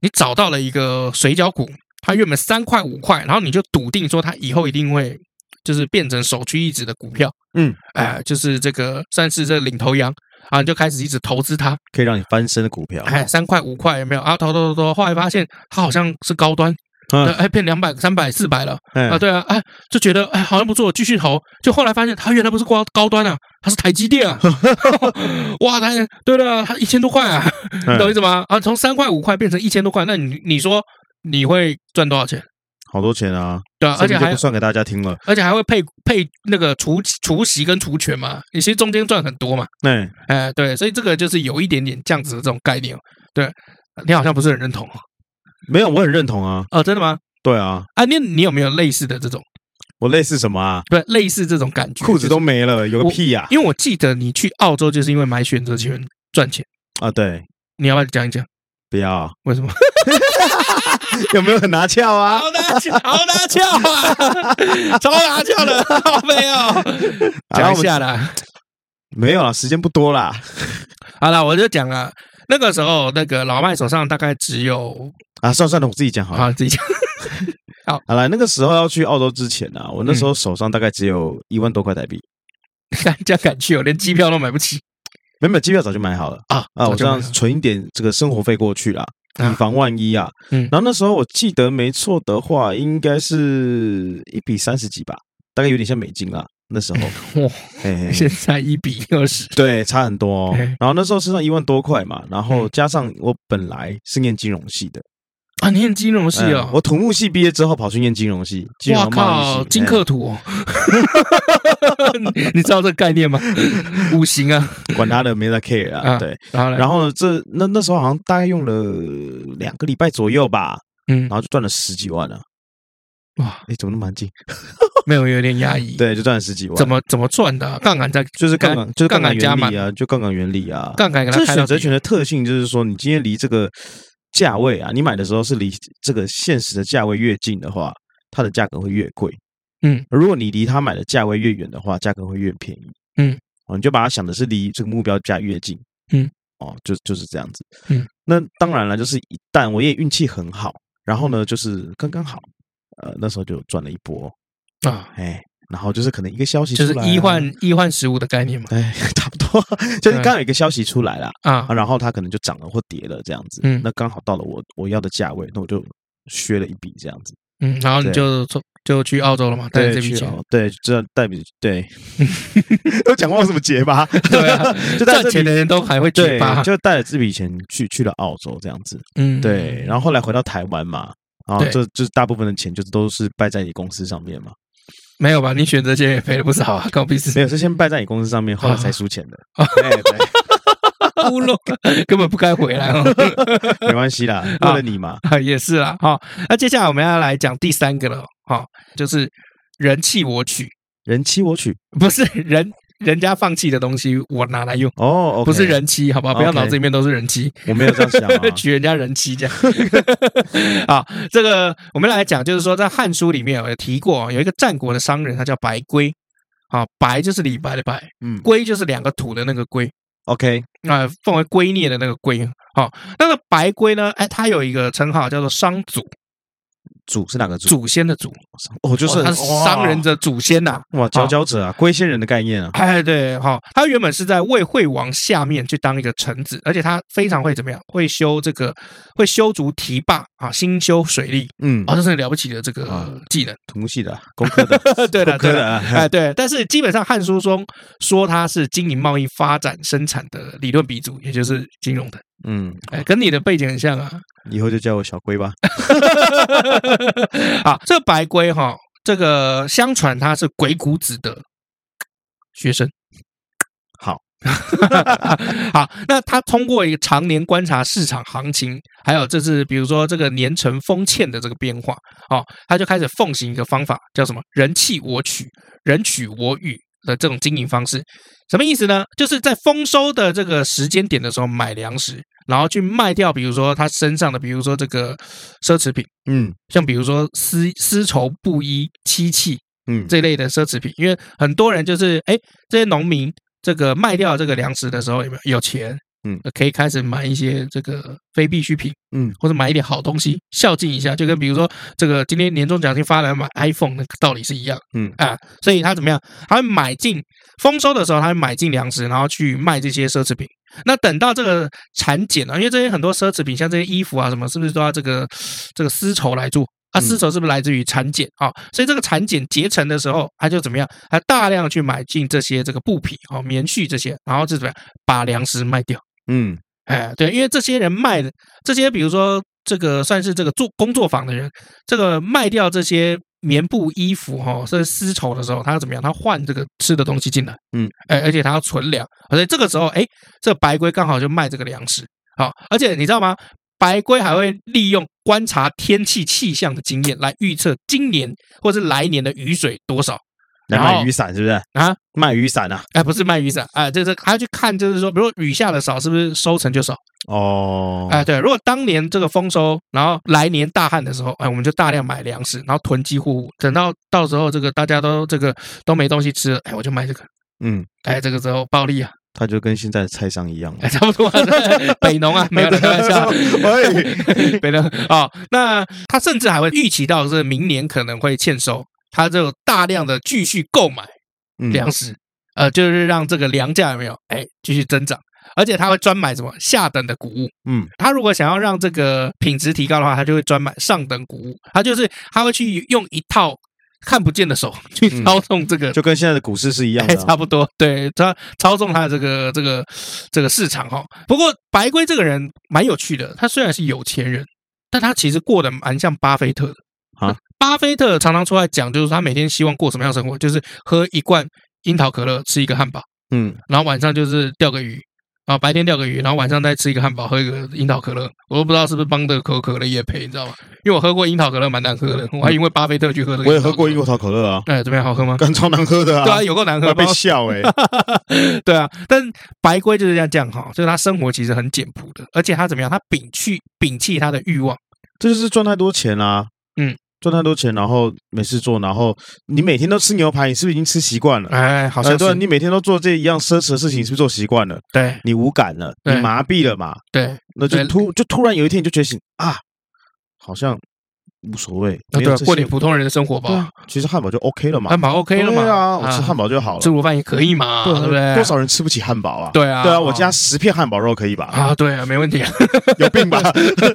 Speaker 1: 你找到了一个水饺股，它原本三块五块，然后你就笃定说它以后一定会就是变成首屈一指的股票，
Speaker 2: 嗯，
Speaker 1: 哎、就是这个算是这个领头羊啊，你就开始一直投资它，
Speaker 2: 可以让你翻身的股票。
Speaker 1: 哎，三块五块有没有啊？投投投投，后来发现它好像是高端，
Speaker 2: 嗯
Speaker 1: 哎，变两百、三百、四百了啊，
Speaker 2: 哎
Speaker 1: 对啊，哎，就觉得哎好像不错，继续投，就后来发现它原来不是高高端啊，它是台积电啊， 哇，它对了，它一千多块啊。你懂我
Speaker 2: 哎
Speaker 1: 意思吗？啊，从三块五块变成一千多块，那你你说你会赚多少钱？
Speaker 2: 好多钱啊！
Speaker 1: 对啊，而
Speaker 2: 这
Speaker 1: 且
Speaker 2: 边就
Speaker 1: 还
Speaker 2: 不算给大家听了。
Speaker 1: 而且还会配配那个除除息跟除权嘛，你其实中间赚很多嘛，
Speaker 2: 哎，
Speaker 1: 哎，对，所以这个就是有一点点这样子的这种概念哦，对。你好像不是很认同哦
Speaker 2: 没有，我很认同啊。
Speaker 1: 哦，真的吗？
Speaker 2: 对啊，
Speaker 1: 啊，你你有没有类似的这种，
Speaker 2: 我类似什么啊？
Speaker 1: 对，类似这种感觉？
Speaker 2: 裤
Speaker 1: 就
Speaker 2: 子都没了，有个屁呀
Speaker 1: 是，！因为我记得你去澳洲就是因为买选择权赚钱，
Speaker 2: 啊，对，
Speaker 1: 你要不要讲一讲
Speaker 2: 不要啊，
Speaker 1: 为什么？
Speaker 2: 有没有很拿翘啊？
Speaker 1: 好拿翘，好拿翘啊，超拿翘的，好没有，讲一下啦。
Speaker 2: 没有啦，时间不多啦。
Speaker 1: 好了，我就讲啊，那个时候那个老麦手上大概只有
Speaker 2: 啊，算了算了，我自己讲好了。
Speaker 1: 啊自己讲，
Speaker 2: 好了，那个时候要去澳洲之前啊，我那时候手上大概只有一万多块台币，
Speaker 1: 敢这样敢去，我连机票都买不起
Speaker 2: 没有没有，机票早就买好了
Speaker 1: 啊
Speaker 2: 啊，我这样
Speaker 1: 就
Speaker 2: 存一点这个生活费过去啦，
Speaker 1: 啊
Speaker 2: 以防万一啊。
Speaker 1: 嗯
Speaker 2: 然后那时候我记得没错的话，应该是一比三十几吧，大概有点像美金啦。那时候，
Speaker 1: 哇
Speaker 2: 嘿嘿嘿
Speaker 1: 现在一比二十，
Speaker 2: 对，差很多、哦
Speaker 1: 嗯。
Speaker 2: 然后那时候身上一万多块嘛，然后加上我本来是念金融系的，
Speaker 1: 啊，你念金融系
Speaker 2: 哎
Speaker 1: 啊？
Speaker 2: 我土木系毕业之后跑去念金融系，金
Speaker 1: 哇
Speaker 2: 融贸易
Speaker 1: 靠，
Speaker 2: 系
Speaker 1: 金
Speaker 2: 哎
Speaker 1: 克 土、哦，你知道这个概念吗？五行啊，
Speaker 2: 哎 管他的，没在 care
Speaker 1: 啊
Speaker 2: 啊。对，
Speaker 1: 然后呢？
Speaker 2: 然后这那那时候好像大概用了两个礼拜左右吧，
Speaker 1: 嗯
Speaker 2: 然，后就赚了十几万了。啊
Speaker 1: 哇，
Speaker 2: 哎，怎么那么安静？
Speaker 1: 没有有点压抑。，
Speaker 2: 对，就赚了十几万。
Speaker 1: 怎么怎么赚的啊、杠杆在
Speaker 2: 就是杠杆，就是
Speaker 1: 杠
Speaker 2: 杠
Speaker 1: 杆
Speaker 2: 杆
Speaker 1: 加
Speaker 2: 原
Speaker 1: 满
Speaker 2: 理啊，就杠杆原理啊。
Speaker 1: 杠杆给
Speaker 2: 这
Speaker 1: 他开
Speaker 2: 选
Speaker 1: 到
Speaker 2: 择
Speaker 1: 底
Speaker 2: 权的特性就是说，你今天离这个价位啊，你买的时候是离这个现实的价位越近的话，它的价格会越贵。
Speaker 1: 嗯，
Speaker 2: 如果你离它买的价位越远的话，价格会越便宜。
Speaker 1: 嗯，
Speaker 2: 哦，你就把它想的是离这个目标价越近。
Speaker 1: 嗯，
Speaker 2: 哦，就就是这样子。
Speaker 1: 嗯，
Speaker 2: 那当然了，就是一旦我也运气很好，然
Speaker 1: 嗯
Speaker 2: 后呢，就是刚刚好，呃，那时候就赚了一波，
Speaker 1: 啊，
Speaker 2: 哎，然后就是可能一个消息
Speaker 1: 就是
Speaker 2: 出来啊
Speaker 1: 一换一换十五的概念嘛。
Speaker 2: 哎， 差不多，就是刚好有一个消息出来啦，
Speaker 1: 啊
Speaker 2: 啊，，然后它可能就涨了或跌了这样子，
Speaker 1: 嗯
Speaker 2: 那刚好到了我我要的价位，那我就削了一笔这样子，
Speaker 1: 嗯，然后你
Speaker 2: 对
Speaker 1: 就从就去澳洲了嘛，带着这笔
Speaker 2: 去
Speaker 1: 钱
Speaker 2: 哦，对，这代笔 对，都讲话有什么结巴，
Speaker 1: 对啊
Speaker 2: 就带
Speaker 1: 赚
Speaker 2: 着这
Speaker 1: 钱
Speaker 2: 笔
Speaker 1: 的人都还会结
Speaker 2: 对
Speaker 1: 巴，，
Speaker 2: 就带着这笔钱去去了澳洲这样子，
Speaker 1: 嗯，
Speaker 2: 对，然后后来回到台湾嘛，然后
Speaker 1: 对嗯
Speaker 2: 这就是大部分的钱就是都是败在你公司上面嘛，
Speaker 1: 没有吧？你选择钱也赔了不少啊，搞屁事
Speaker 2: 没，有是先败在你公司上面，后来
Speaker 1: 啊
Speaker 2: 才输 钱的，哎对，
Speaker 1: 乌龙，根本不该回来哦。
Speaker 2: 没关系啦，为了你嘛，
Speaker 1: 啊，也是啦，哈、那接下来我们要来讲第三个了，哈、就是人弃我取，
Speaker 2: 人欺我取
Speaker 1: 不是人人家放弃的东西我拿来用，
Speaker 2: 哦，OK，
Speaker 1: 不是人妻，好不好？不要
Speaker 2: OK
Speaker 1: 脑子里面都是人妻，。
Speaker 2: 我没有这样想啊
Speaker 1: 取 人家人妻这样。 啊，这个我们来讲，就是说在《汉书》里面有提过，哦有一个战国的商人，他叫白圭。啊，白就是李白的白，
Speaker 2: 嗯
Speaker 1: 圭就是两个土的那个圭，
Speaker 2: ，OK，
Speaker 1: 啊，奉为圭臬的那个圭。好、那个白圭呢，哎，他有一个称号叫做商祖，
Speaker 2: 祖是哪个祖？
Speaker 1: 祖先的祖，
Speaker 2: 哦，就是
Speaker 1: 哦他
Speaker 2: 很
Speaker 1: 是商人的祖先呐、
Speaker 2: 哇，佼佼者啊，龟仙人的概念啊。
Speaker 1: 哎，对，哈、他原本是在魏惠王下面去当一个臣子，而且他非常会怎么样？会修这个，会修筑堤坝啊，兴修水利
Speaker 2: 嗯，
Speaker 1: 啊，这是很了不起的这个
Speaker 2: 啊
Speaker 1: 技能。
Speaker 2: 土木系的啊，工科的，
Speaker 1: 对了，
Speaker 2: 工
Speaker 1: 对了
Speaker 2: 科的，啊。
Speaker 1: 哎，对，但是基本上《汉书》中说他是经营贸易、发展生产的理论鼻祖，也就是金融的，
Speaker 2: 嗯，
Speaker 1: 哎，跟你的背景很像啊。
Speaker 2: 以后就叫我小龟吧。
Speaker 1: 啊，这白圭哈、这个相传他是鬼谷子的学生。
Speaker 2: 好，
Speaker 1: 好，那他通过一个常年观察市场行情，还有这是比如说这个年成封建的这个变化，哦，他就开始奉行一个方法，叫什么“人弃我取，人取我予”的这种经营方式。什么意思呢？就是在丰收的这个时间点的时候买粮食，然后去卖掉，比如说他身上的，比如说这个奢侈品。
Speaker 2: 嗯
Speaker 1: 像比如说丝丝绸、布衣、漆器
Speaker 2: 嗯，
Speaker 1: 这类的奢侈品，因为很多人就是哎，这些农民这个卖掉这个粮食的时候有没有有钱，
Speaker 2: 嗯
Speaker 1: 呃，可以开始买一些这个非必需品，
Speaker 2: 嗯，
Speaker 1: 或者买一点好东西孝敬一下，就跟比如说这个今天年终奖金发了买 iPhone 那个道理是一样，
Speaker 2: 嗯
Speaker 1: 啊，所以他怎么样？他会买进丰收的时候，他会买进粮食，然后去卖这些奢侈品。那等到这个产检啊，因为这些很多奢侈品，像这些衣服啊什么，是不是都要这个这个丝绸来做？啊，
Speaker 2: 嗯
Speaker 1: 丝绸是不是来自于产检啊？所以这个产检结成的时候，他就怎么样？他大量去买进这些这个布匹哦、棉絮这些，然后就怎么样把粮食卖掉？
Speaker 2: 嗯
Speaker 1: 哎，对，因为这些人卖的这些，比如说这个算是这个做工作坊的人，这个卖掉这些棉布衣服哈、哦，甚至丝绸的时候，他要怎么样？他换这个吃的东西进来，
Speaker 2: 嗯，
Speaker 1: 哎，而且他要存粮，所以这个时候，哎，这白龟刚好就卖这个粮食，好、而且你知道吗？白龟还会利用观察天气气象的经验来预测今年或是来年的雨水多少
Speaker 2: 来
Speaker 1: 然后
Speaker 2: 卖雨伞是不是？
Speaker 1: 啊？
Speaker 2: 卖雨伞啊？
Speaker 1: 哎，不是卖雨伞啊，就是他要去看，就是说，比如说雨下的少，是不是收成就少？
Speaker 2: 哦，
Speaker 1: 哎，对，如果当年这个丰收，然后来年大旱的时候，哎，我们就大量买粮食，然后囤积货物，等到到时候这个大家都这个都没东西吃了，哎，我就卖这个。
Speaker 2: 嗯，
Speaker 1: 哎，这个时候暴利啊，
Speaker 2: 它就跟现在的菜商一样了，
Speaker 1: 哎，。差不多、啊， 北农啊，没有了，开玩笑
Speaker 2: 喂，
Speaker 1: 北农啊、哦。那他甚至还会预期到是明年可能会欠收，他就大量的继续购买
Speaker 2: 嗯
Speaker 1: 粮食，呃，就是让这个粮价有没有哎继续增长，而且他会专买什么下等的谷物，
Speaker 2: 嗯，
Speaker 1: 他如果想要让这个品质提高的话，他就会专买上等谷物，他就是他会去用一套看不见的手 去
Speaker 2: 嗯
Speaker 1: 操纵这个，
Speaker 2: 就跟现在的股市是一样
Speaker 1: 哎
Speaker 2: 的
Speaker 1: 差
Speaker 2: 啊。
Speaker 1: 不多，对他操纵他的这个这个这个市场哈、不过白龟这个人蛮有趣的，他虽然是有钱人，但他其实过得蛮像巴菲特的
Speaker 2: 啊。
Speaker 1: 巴菲特常常出来讲，就是他每天希望过什么样的生活，就是喝一罐樱桃可乐，吃一个汉堡，
Speaker 2: 嗯，
Speaker 1: 然后晚上就是钓个鱼，然后白天钓个鱼，然后晚上再吃一个汉堡，喝一个樱桃可乐。我都不知道是不是帮的可口可乐也配，你知道吗？因为我喝过樱桃可乐，蛮难喝的，我还因为巴菲特去喝的。
Speaker 2: 我也喝过樱。桃可乐啊，
Speaker 1: 哎，怎么样？好喝 吗？
Speaker 2: 干超难喝的啊，
Speaker 1: 对啊，有够难
Speaker 2: 我还
Speaker 1: 喝，
Speaker 2: 被笑哎，
Speaker 1: 对啊，但白龟就是这样这样哈，就是他生活其实很简朴的，而且他怎么样？他摒弃摒弃他的欲望，
Speaker 2: 这就是赚太多钱啦。
Speaker 1: 嗯，
Speaker 2: 赚太多钱，然后没事做，然后你每天都吃牛排，你是不是已经吃习惯了？
Speaker 1: 哎，好
Speaker 2: 哎
Speaker 1: 像
Speaker 2: 对啊，
Speaker 1: 是
Speaker 2: 你每天都做这一样奢侈的事情，你是不是做习惯了？
Speaker 1: 对
Speaker 2: 你无感了，你
Speaker 1: 对
Speaker 2: 麻痹了嘛？
Speaker 1: 对，
Speaker 2: 那
Speaker 1: 嗯
Speaker 2: 就
Speaker 1: 对
Speaker 2: 突就突然有一天你就觉醒啊，好像无所谓，
Speaker 1: 那
Speaker 2: 没
Speaker 1: 对
Speaker 2: 有
Speaker 1: 啊，
Speaker 2: 这
Speaker 1: 过
Speaker 2: 些
Speaker 1: 点普通人的生活
Speaker 2: 对
Speaker 1: 吧
Speaker 2: 啊，，其实汉堡就 OK 了嘛，
Speaker 1: 汉堡 OK 了嘛？
Speaker 2: 对啊，我吃汉
Speaker 1: 堡，
Speaker 2: 堡就好了，啊
Speaker 1: 吃午饭也可以嘛，对不对？
Speaker 2: 多少人吃不起汉堡啊？
Speaker 1: 对啊，
Speaker 2: 对啊，我
Speaker 1: 家
Speaker 2: 加十片汉堡肉可以吧？
Speaker 1: 啊，对啊，没问题啊。
Speaker 2: 有 病吧？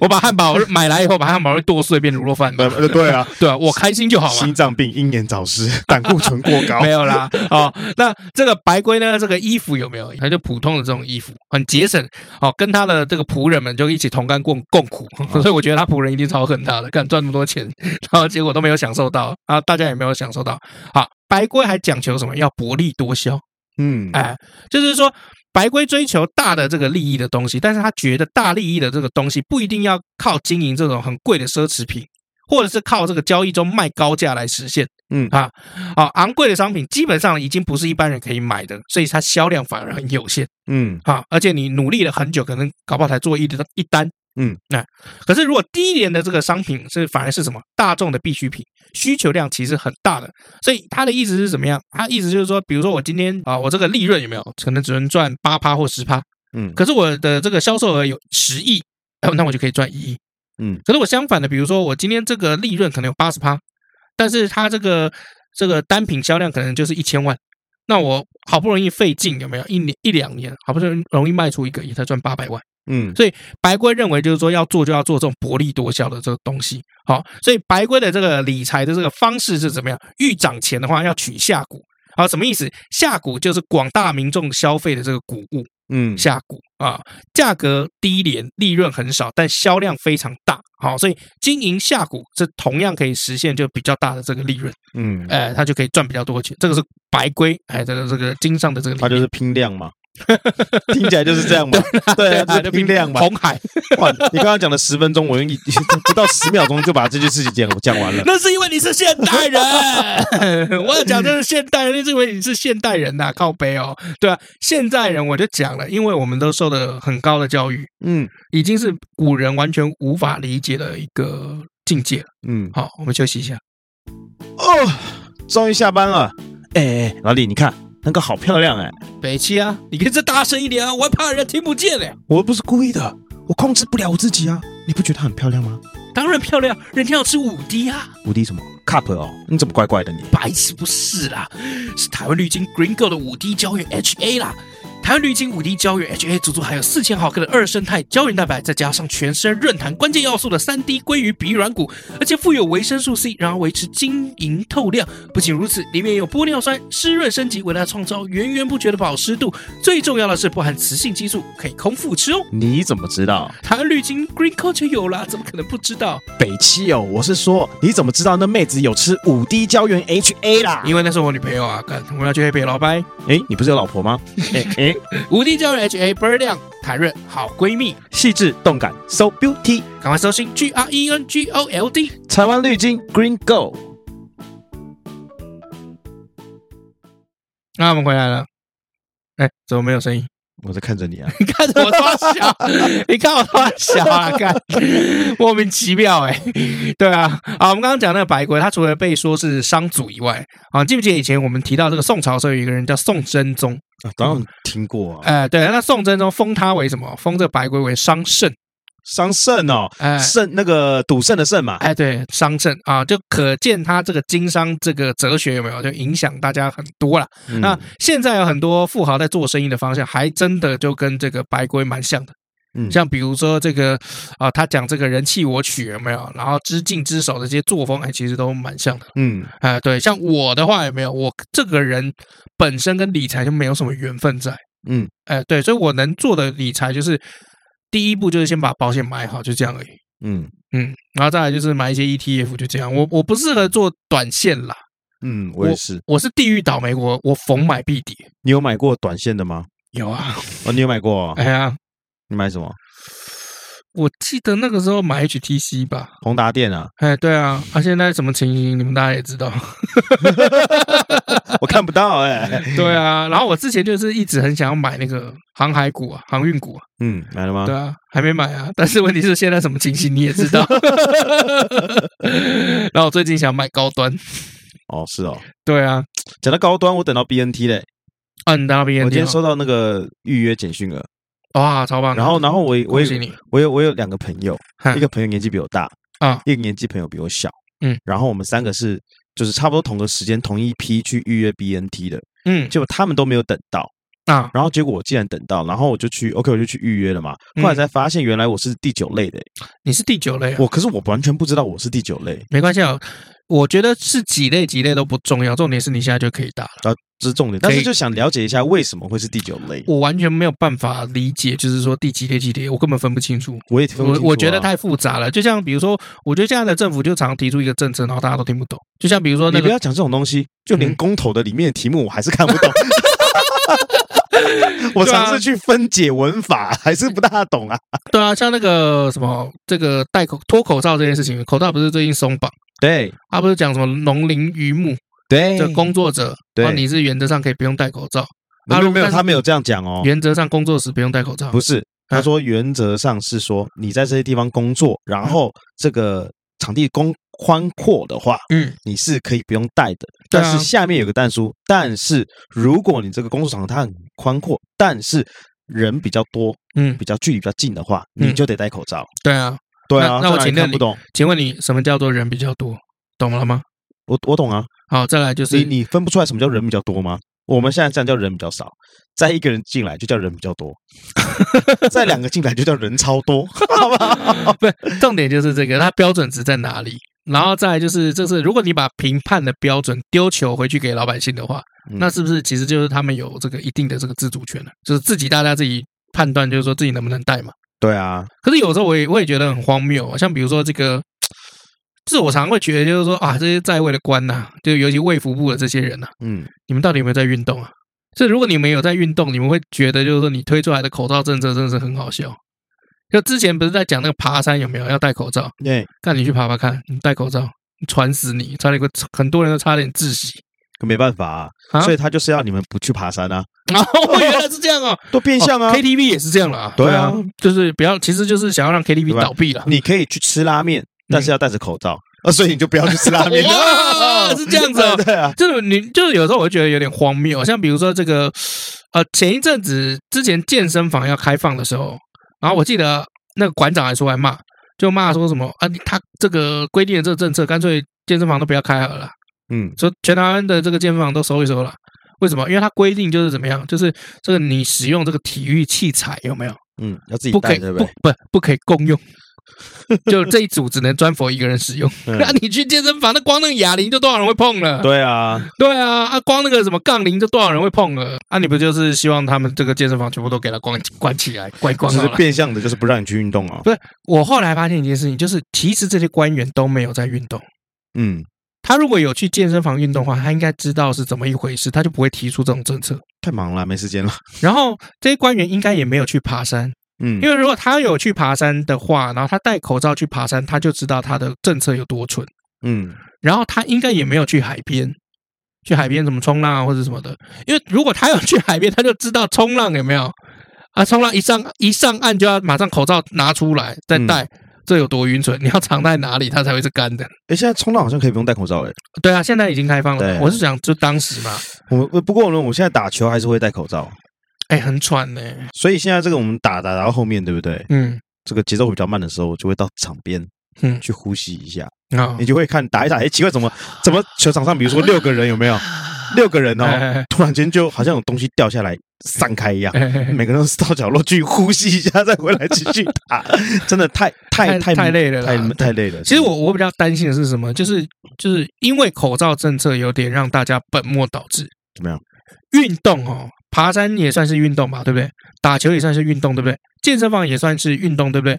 Speaker 1: 我把汉堡买来以后，把汉堡剁碎变卤肉饭吧
Speaker 2: 呃，呃对啊，
Speaker 1: 对啊，我开心就好嘛。
Speaker 2: 心脏病、英年早逝、胆固醇过高
Speaker 1: 没，有啦， 哦，那这个白龟呢？这个衣服有没有？它就普通的这种衣服，很节省。哦，跟他的这个仆人们就一起同甘共共苦， 所以我觉得他仆人一定超恨他的，干赚那么多钱，然后结果都没有享受到啊，大家也没有享受到。好，白龟还讲求什么？要薄利多销，
Speaker 2: 嗯，
Speaker 1: 哎，就是说。白龟追求大的这个利益的东西，但是他觉得大利益的这个东西不一定要靠经营这种很贵的奢侈品，或者是靠这个交易中卖高价来实现。
Speaker 2: 嗯
Speaker 1: 啊，啊，昂贵的商品基本上已经不是一般人可以买的，所以它销量反而很有限
Speaker 2: 嗯
Speaker 1: 啊。而且你努力了很久，可能搞不好才做一单一单。
Speaker 2: 嗯，
Speaker 1: 那、可是如果低廉的这个商品是反而是什么大众的必需品，需求量其实很大的。所以他的意思是怎么样？他意思就是说，比如说我今天啊，我这个利润有没有可能只能赚八趴或十趴？
Speaker 2: 嗯
Speaker 1: 可是我的这个销售额有十亿，呃那我就可以赚一亿。
Speaker 2: 嗯，
Speaker 1: 可是我相反的，比如说我今天这个利润可能有八十趴，但是它这个这个单品销量可能就是一千万，那我好不容易费劲有没有一年一两年，好不容易卖出一个，也才赚八百万。
Speaker 2: 嗯
Speaker 1: 所以白龟认为就是说要做就要做这种薄利多销的这个东西。好，所以白龟的这个理财的这个方式是怎么样？欲涨前的话要取下股。好，什么意思？下股就是广大民众消费的这个谷物。
Speaker 2: 嗯
Speaker 1: 下股啊，价格低廉，利润很少，但销量非常大。好，所以经营下股这同样可以实现就比较大的这个利润，
Speaker 2: 嗯，
Speaker 1: 哎、它就可以赚比较多钱。这个是白龟，哎，这个这个经商的这个理
Speaker 2: 它
Speaker 1: 念，
Speaker 2: 就是拼量 嘛，听起来就是这样嘛，对啊，就是拼量嘛。
Speaker 1: 红 海，
Speaker 2: 哇，你刚刚讲了十分钟，我用一不到十秒钟就把这件事情讲讲完了。
Speaker 1: 那是因为你是现代人。我要讲这是现代人，那是因为你是现代人呐、靠背哦，对啊，现代人我就讲了，因为我们都受的很高的教育，
Speaker 2: 嗯
Speaker 1: 已经是古人完全无法理解的一个境界了。
Speaker 2: 嗯，
Speaker 1: 好，我们休息一下。
Speaker 2: 哦，终于下班了。哎哎，老李，你看那个好漂亮哎，
Speaker 1: 北七啊，你可以再大声一点啊，我还怕人家听不见嘞。
Speaker 2: 我又不是故意的，我控制不了我自己啊。你不觉得她很漂亮吗？
Speaker 1: 当然漂亮，人家要吃五滴啊，
Speaker 2: 五 D 什么 cup 哦？你怎么怪怪的你？
Speaker 1: 白痴不是啦，是台湾绿金 Green Gold 的五滴胶原 HA 啦。台湾绿金五滴胶原 HA 足足含有四千毫克的二生态胶原蛋白，再加上全身润弹关键要素的三滴鲑鱼鼻软骨，而且富有维生素 C，让它维持晶莹透亮。不仅如此，里面有玻尿酸湿润升级，为它创造源源不绝的保湿度。最重要的是，不含雌性激素，可以空腹吃哦。
Speaker 2: 你怎么知道？
Speaker 1: 台湾绿金 Green Gold 就有啦，怎么可能不知道？
Speaker 2: 北七哦，我是说，你怎么知道那妹子有吃五 D 胶原 HA 啦？
Speaker 1: 因为那是我女朋友啊，干，我们要去黑北老白。
Speaker 2: 哎，你不是有老婆 吗？哎哎，
Speaker 1: 无敌教人 HA 倍儿亮，谈论好闺蜜，
Speaker 2: 细致动感，so beauty，
Speaker 1: 赶快搜寻 G R E N G O L D。
Speaker 2: 台湾绿金 Green Go。
Speaker 1: 啊那、我们回来了，哎，怎么没有声音？
Speaker 2: 我在看着你啊，
Speaker 1: 你看着我发 小，你看我发小啊，看莫名其妙哎、对啊，啊，我们刚刚讲那个白圭，他除了被说是商祖以外，啊，记不记得以前我们提到这个宋朝的时候有一个人叫宋真宗？
Speaker 2: 啊当然听过啊，
Speaker 1: 哎、对，那宋真宗封他为什么？封这白圭为商圣，
Speaker 2: 桑葚哦，
Speaker 1: 哎、
Speaker 2: 葚那个赌圣的圣嘛，
Speaker 1: 哎，对，商政啊，就可见他这个经商这个哲学有没有，就影响大家很多啦。
Speaker 2: 嗯
Speaker 1: 那现在有很多富豪在做生意的方向，还真的就跟这个白龟蛮像的。
Speaker 2: 嗯
Speaker 1: 像比如说这个啊，他讲这个人弃我取有没有，然后知敬之手的这些作风，哎，其实都蛮像的。
Speaker 2: 嗯
Speaker 1: 哎，对，像我的话有没有，我这个人本身跟理财就没有什么缘分在。
Speaker 2: 嗯，
Speaker 1: 哎，对，所以我能做的理财就是第一步就是先把保险买好，就这样而已。
Speaker 2: 嗯
Speaker 1: 嗯，然后再来就是买一些 ETF，就这样。我我不适合做短线啦，
Speaker 2: 嗯，我也是。
Speaker 1: 我是地狱倒霉国，我逢买必跌。
Speaker 2: 你有买过短线的吗？
Speaker 1: 有 啊，
Speaker 2: 哦，你有买过哦？
Speaker 1: 哎呀，
Speaker 2: 你买什么？
Speaker 1: 我记得那个时候买 HTC 吧，
Speaker 2: 宏达电 啊？
Speaker 1: 哎，对啊，啊，现在什么情形，你们大家也知 道。
Speaker 2: 我看不到哎。
Speaker 1: 对啊，然后我之前就是一直很想要买那个航海股啊，航运股啊，
Speaker 2: 嗯，买了吗
Speaker 1: 对？啊，还没买啊。但是问题是现在什么情形你也知 道。然后我最近想买高端，
Speaker 2: 哦，是哦。
Speaker 1: 对啊，
Speaker 2: 讲到高端，我等到 BNT 嘞。
Speaker 1: 啊，你当兵
Speaker 2: 我今天收到那个预约简讯了，
Speaker 1: 哇，超棒的。
Speaker 2: 然后，然后我我
Speaker 1: 恭
Speaker 2: 有
Speaker 1: 喜你，
Speaker 2: 我有我有两个朋友，
Speaker 1: 哼
Speaker 2: 一个朋友年纪比我大
Speaker 1: 嗯啊
Speaker 2: 一个年纪朋友比我小，
Speaker 1: 嗯，
Speaker 2: 然后我们三个是就是差不多同个时间同一批去预约 BNT 的，
Speaker 1: 嗯
Speaker 2: 结果他们都没有等到，
Speaker 1: 啊，
Speaker 2: 然后结果我竟然等到，然后我就去 OK 我就去预约了嘛，
Speaker 1: 嗯
Speaker 2: 后来才发现原来我是第九类的欸，
Speaker 1: 你是第九类啊，
Speaker 2: 我可是我完全不知道我是第九类，
Speaker 1: 没关系啊。我觉得是几类几类都不重要，重点是你现在就可以打了。
Speaker 2: 这是重点，
Speaker 1: 可以
Speaker 2: 但是就想了解一下为什么会是第九类，
Speaker 1: 我完全没有办法理解，就是说第几类几类，我根本分不清楚。
Speaker 2: 我也分不
Speaker 1: 我
Speaker 2: 清楚
Speaker 1: 我觉得
Speaker 2: 啊
Speaker 1: 太复杂了，就像比如说，我觉得现在的政府就常提出一个政策，然后大家都听不懂。就像比如说那
Speaker 2: 你不
Speaker 1: 个，
Speaker 2: 要讲这种东西，就连
Speaker 1: 嗯
Speaker 2: 公投的里面的题目我还是看不 懂。我
Speaker 1: 啊
Speaker 2: 尝试去分解文法，还是不大懂啊。
Speaker 1: 对啊，像那个什么，这个戴口脱口罩这件事情，口罩不是最近松绑，
Speaker 2: 对
Speaker 1: 他不是讲什么农林渔牧
Speaker 2: 对
Speaker 1: 的工作者，
Speaker 2: 对
Speaker 1: 啊，你是原则上可以不用戴口罩，
Speaker 2: 没有没
Speaker 1: 啊但
Speaker 2: 有，
Speaker 1: 是
Speaker 2: 他没有这样讲哦，
Speaker 1: 原嗯则上工作时不用戴口罩
Speaker 2: 不。是，他说原则上是说你在这些地方工作，然后这个场地公宽阔的话，
Speaker 1: 嗯，
Speaker 2: 你是可以不用带的。
Speaker 1: 对
Speaker 2: 但
Speaker 1: 啊
Speaker 2: 是下面有个但书，但是如果你这个工作场它很宽阔，但是人比较多，
Speaker 1: 嗯，
Speaker 2: 比较距离比较近的话，
Speaker 1: 嗯
Speaker 2: 你就得戴口罩。
Speaker 1: 对啊。
Speaker 2: 对啊，
Speaker 1: 那那我
Speaker 2: 这哪里
Speaker 1: 请问
Speaker 2: 看
Speaker 1: 你
Speaker 2: 不懂，
Speaker 1: 请问你什么叫做人比较多？懂了吗？
Speaker 2: 我我懂啊，
Speaker 1: 好，再来就是
Speaker 2: 你你分不出来什么叫人比较多吗？我们现在这样叫人比较少，再一个人进来就叫人比较多，再两个进来就叫人超多，好不好？
Speaker 1: 不是重点就是这个，它标准值在哪里？然后再来就是，就是如果你把评判的标准丢球回去给老百姓的话，
Speaker 2: 嗯
Speaker 1: 那是不是其实就是他们有这个一定的这个自主权了？就是自己大家自己判断，就是说自己能不能带嘛。
Speaker 2: 对啊，
Speaker 1: 可是有时候我也我也觉得很荒谬啊，像比如说这个，就是我常会觉得就是说啊，这些在位的官呐、就尤其卫福部的这些人呐、
Speaker 2: 嗯，
Speaker 1: 你们到底有没有在运动啊？所以如果你们有在运动，你们会觉得就是说你推出来的口罩政策真的是很好笑。就之前不是在讲那个爬山有没有要戴口罩？
Speaker 2: 对，
Speaker 1: 看你去爬爬看，你戴口罩，你传死你，差点个很多人都差点窒息
Speaker 2: 可没办法啊，
Speaker 1: 啊！
Speaker 2: 所以他就是要你们不去爬山啊，
Speaker 1: 哦，原来是这样哦。
Speaker 2: 都变相啊，
Speaker 1: KTV 也是这样了啊，
Speaker 2: 对啊，
Speaker 1: 就是不要，其实就是想要让 KTV
Speaker 2: 对吧
Speaker 1: 倒闭了。
Speaker 2: 你可以去吃拉面，但是要戴着口罩，啊，所以你就不要去吃拉面。
Speaker 1: 哇，是这样子哦
Speaker 2: 对啊，
Speaker 1: 就是你，就是有时候我会觉得有点荒谬，像比如说这个，呃，前一阵子之前健身房要开放的时候，然后我记得那个馆长还出来骂，就骂说什么啊，你他这个规定的这个政策，干脆健身房都不要开好了啦，
Speaker 2: 嗯，
Speaker 1: 说全台湾的这个健身房都收一收了。为什么？因为它规定就是怎么样，就是这个你使用这个体育器材有没有
Speaker 2: 嗯，要自己
Speaker 1: 不可
Speaker 2: 带，
Speaker 1: 以
Speaker 2: 对
Speaker 1: 不
Speaker 2: 不对？
Speaker 1: 不不可以共用， 就这一组只能专佛一个人使用。
Speaker 2: 嗯
Speaker 1: 那、你去健身房，那光那个哑铃就多少人会碰了？
Speaker 2: 对啊，
Speaker 1: 对啊，啊光那个什么杠铃就多少人会碰了？啊，你不就是希望他们这个健身房全部都给它关关起来，关
Speaker 2: 就
Speaker 1: 关好
Speaker 2: 是
Speaker 1: 了？
Speaker 2: 变相的，就是不让你去运动啊，
Speaker 1: 我后来发现一件事情，就是其实这些官员都没有在运动。
Speaker 2: 嗯，
Speaker 1: 他如果有去健身房运动的话，他应该知道是怎么一回事，他就不会提出这种政策。
Speaker 2: 太忙了，没时间了，
Speaker 1: 然后这些官员应该也没有去爬山，
Speaker 2: 嗯，
Speaker 1: 因为如果他有去爬山的话，然后他戴口罩去爬山，他就知道他的政策有多蠢。
Speaker 2: 嗯，
Speaker 1: 然后他应该也没有去海边，去海边怎么冲浪啊或者什么的，因为如果他有去海边，他就知道冲浪有没有啊，冲浪一上一上岸就要马上口罩拿出来再
Speaker 2: 嗯
Speaker 1: 戴，这有多愚蠢？ 你要藏在哪里，它才会是干的？
Speaker 2: 哎，现在冲浪好像可以不用戴口罩哎。
Speaker 1: 对啊，现在已经开放了
Speaker 2: 对，
Speaker 1: 我是想就当时嘛，
Speaker 2: 我呃我不过呢，我现在打球还是会戴口罩，
Speaker 1: 哎，很喘呢、
Speaker 2: 所以现在这个我们打打打到后面，对不对？
Speaker 1: 嗯
Speaker 2: 这个节奏比较慢的时候，我就会到场边，
Speaker 1: 嗯
Speaker 2: 去呼吸一下，
Speaker 1: 啊
Speaker 2: 你，就会看打一打，哎，奇怪，怎么怎么球场上，比如说六个人有没 有，六个人
Speaker 1: 哎
Speaker 2: 哦，
Speaker 1: 哎
Speaker 2: 突然间就好像有东西掉下来散开一样
Speaker 1: 哎，哎
Speaker 2: 每个人都是到角落去呼吸一下，再回来继续打，真的太太
Speaker 1: 太太累了啦
Speaker 2: 太太累了。
Speaker 1: 其实我我比较担心的是什么？就是就是因为口罩政策有点让大家本末倒置。
Speaker 2: 怎么样？
Speaker 1: 运动哦，爬山也算是运动吧，对不对？打球也算是运动，对不对？健身房也算是运动，对不对？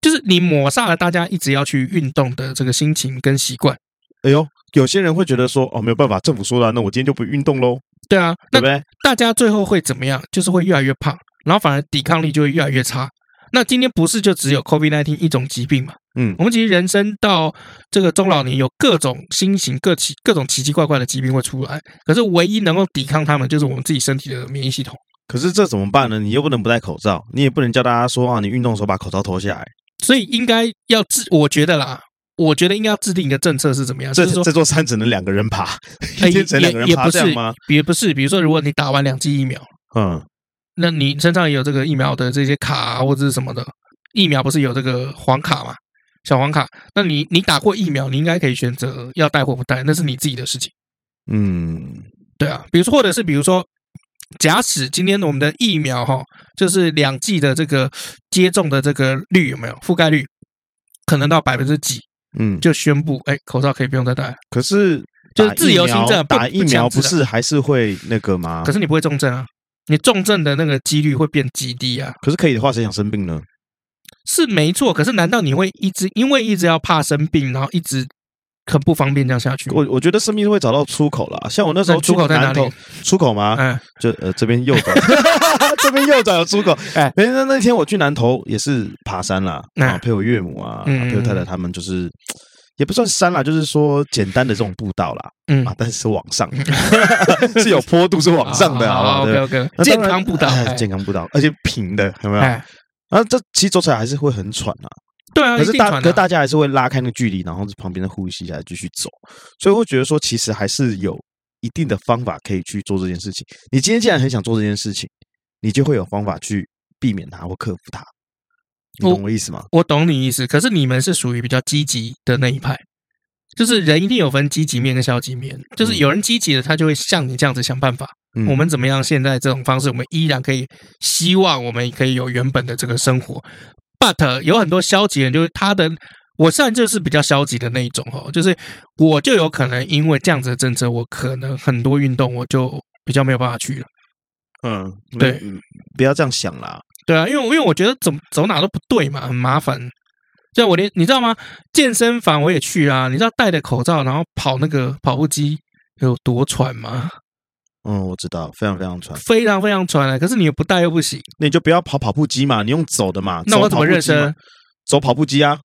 Speaker 1: 就是你抹杀了大家一直要去运动的这个心情跟习惯。
Speaker 2: 哎呦，有些人会觉得说，哦，没有办法，政府说了，那我今天就不运动喽，
Speaker 1: 对啊，那
Speaker 2: 对不对？
Speaker 1: 大家最后会怎么样？就是会越来越胖，然后反而抵抗力就会越来越差。那今天不是就只有 COVID-19 一种疾病嘛？
Speaker 2: 嗯
Speaker 1: 我们其实人生到这个中老年，有各种新型、各奇、各种奇奇怪怪的疾病会出来。可是唯一能够抵抗它们，就是我们自己身体的免疫系统。
Speaker 2: 可是这怎么办呢？你又不能不戴口罩，你也不能叫大家说啊，你运动的时候把口罩脱下来。
Speaker 1: 所以应该要制，我觉得啦，我觉得应该要制定一个政策是怎么样？
Speaker 2: 这
Speaker 1: 就是说
Speaker 2: 这座山只能两个 人爬，
Speaker 1: 哎
Speaker 2: 一天只能两
Speaker 1: 也
Speaker 2: 个人
Speaker 1: 也
Speaker 2: 爬
Speaker 1: 不
Speaker 2: 这
Speaker 1: 是
Speaker 2: 样吗？，
Speaker 1: 也不是，比如说，如果你打完两剂疫苗，
Speaker 2: 嗯，
Speaker 1: 那你身上也有这个疫苗的这些卡啊或者是什么的，疫苗不是有这个黄卡嘛，小黄卡？那你你打过疫苗，你应该可以选择要带或不带，那是你自己的事情，
Speaker 2: 嗯，
Speaker 1: 对啊。比如说，或者是比如说，假使今天我们的疫苗哈，就是两剂的这个接种的这个率有没有覆盖率，可能到百分之几，
Speaker 2: 嗯，
Speaker 1: 就宣布哎，口罩可以不用再戴了，
Speaker 2: 可是
Speaker 1: 就是
Speaker 2: 打
Speaker 1: 自
Speaker 2: 疫
Speaker 1: 由行
Speaker 2: 苗
Speaker 1: 政不
Speaker 2: 打疫
Speaker 1: 不强
Speaker 2: 苗
Speaker 1: 制
Speaker 2: 不
Speaker 1: 的
Speaker 2: 是还是会那个吗？
Speaker 1: 可是你不会重症啊，你重症的那个几率会变极低啊。
Speaker 2: 可是可以的话，谁想生病呢？
Speaker 1: 是没错，可是难道你会一直因为一直要怕生病，然后一直很不方便这样下去？
Speaker 2: 我我觉得生命会找到出口啦。像我那时候
Speaker 1: 嗯那出口在哪
Speaker 2: 南
Speaker 1: 里
Speaker 2: 投？出口吗？
Speaker 1: 哎，
Speaker 2: 就呃这边右 转，这边右转有出口。哎
Speaker 1: 哎，
Speaker 2: 没那那天我去南投也是爬山啦，
Speaker 1: 哎
Speaker 2: 啊，陪我岳母啊，
Speaker 1: 嗯
Speaker 2: 陪我太太他们，就是也不算山啦，就是说简单的这种步道啦，
Speaker 1: 嗯
Speaker 2: 啊，，但是是往上， 是有坡度，是往上的，好不好？
Speaker 1: ？OK
Speaker 2: 对
Speaker 1: OK，哦
Speaker 2: 那当
Speaker 1: 啊健
Speaker 2: 然
Speaker 1: 康步道，
Speaker 2: 哎
Speaker 1: 哎
Speaker 2: 健康步道，而且平的，有没有？
Speaker 1: 哎，
Speaker 2: 啊，这其实走起来还是会很喘啊。
Speaker 1: 对啊，
Speaker 2: 可是
Speaker 1: 一定
Speaker 2: 大，
Speaker 1: 喘
Speaker 2: 可
Speaker 1: 的
Speaker 2: 是大家还是会拉开那个距离，然后旁边的呼吸一下继续走，所以我会觉得说，其实还是有一定的方法可以去做这件事情。你今天既然很想做这件事情，你就会有方法去避免它或克服它，你懂我意思吗？
Speaker 1: 我懂你意思，可是你们是属于比较积极的那一派，就是人一定有分积极面跟消极面，就是有人积极的，他就会像你这样子想办法。
Speaker 2: 嗯
Speaker 1: 我们怎么样？现在这种方式，我们依然可以希望我们可以有原本的这个生活。But 有很多消极人，就是他的，我现在就是比较消极的那一种哦，就是我就有可能因为这样子的政策，我可能很多运动我就比较没有办法去了。
Speaker 2: 嗯，
Speaker 1: 对
Speaker 2: 没，嗯不要这样想啦。
Speaker 1: 对啊，因为因为我觉得走走哪都不对嘛，很麻烦。就我连你知道吗？健身房我也去啊，你知道戴着口罩然后跑那个跑步机有多喘吗？
Speaker 2: 嗯，我知道，非常非常喘。
Speaker 1: 非常非常喘啊！可是你不戴又不行，
Speaker 2: 那你就不要跑跑步机嘛，你用走的嘛。
Speaker 1: 那
Speaker 2: 走
Speaker 1: 我怎么
Speaker 2: 跑步
Speaker 1: 热
Speaker 2: 机嘛
Speaker 1: 身？
Speaker 2: 走跑步机啊，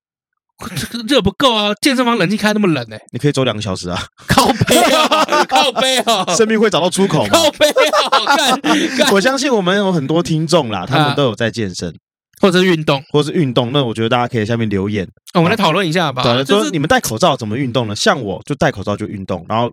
Speaker 1: 热不够啊！健身房冷气开那么冷 哎、
Speaker 2: 你可以走两个小 时啊。
Speaker 1: 靠背啊，靠背啊，
Speaker 2: 生命会找到出口 嘛。
Speaker 1: 靠背啊，干干，
Speaker 2: 我相信我们有很多听众啦，
Speaker 1: 啊
Speaker 2: 他们都有在健身。
Speaker 1: 或者是运动，
Speaker 2: 或是运动，那我觉得大家可以在下面留言，
Speaker 1: 我们来讨论一下吧
Speaker 2: 对，。
Speaker 1: 啊
Speaker 2: 啊
Speaker 1: 就
Speaker 2: 说
Speaker 1: 是
Speaker 2: 你们戴口罩怎么运动呢？像我就戴口罩就运动，然后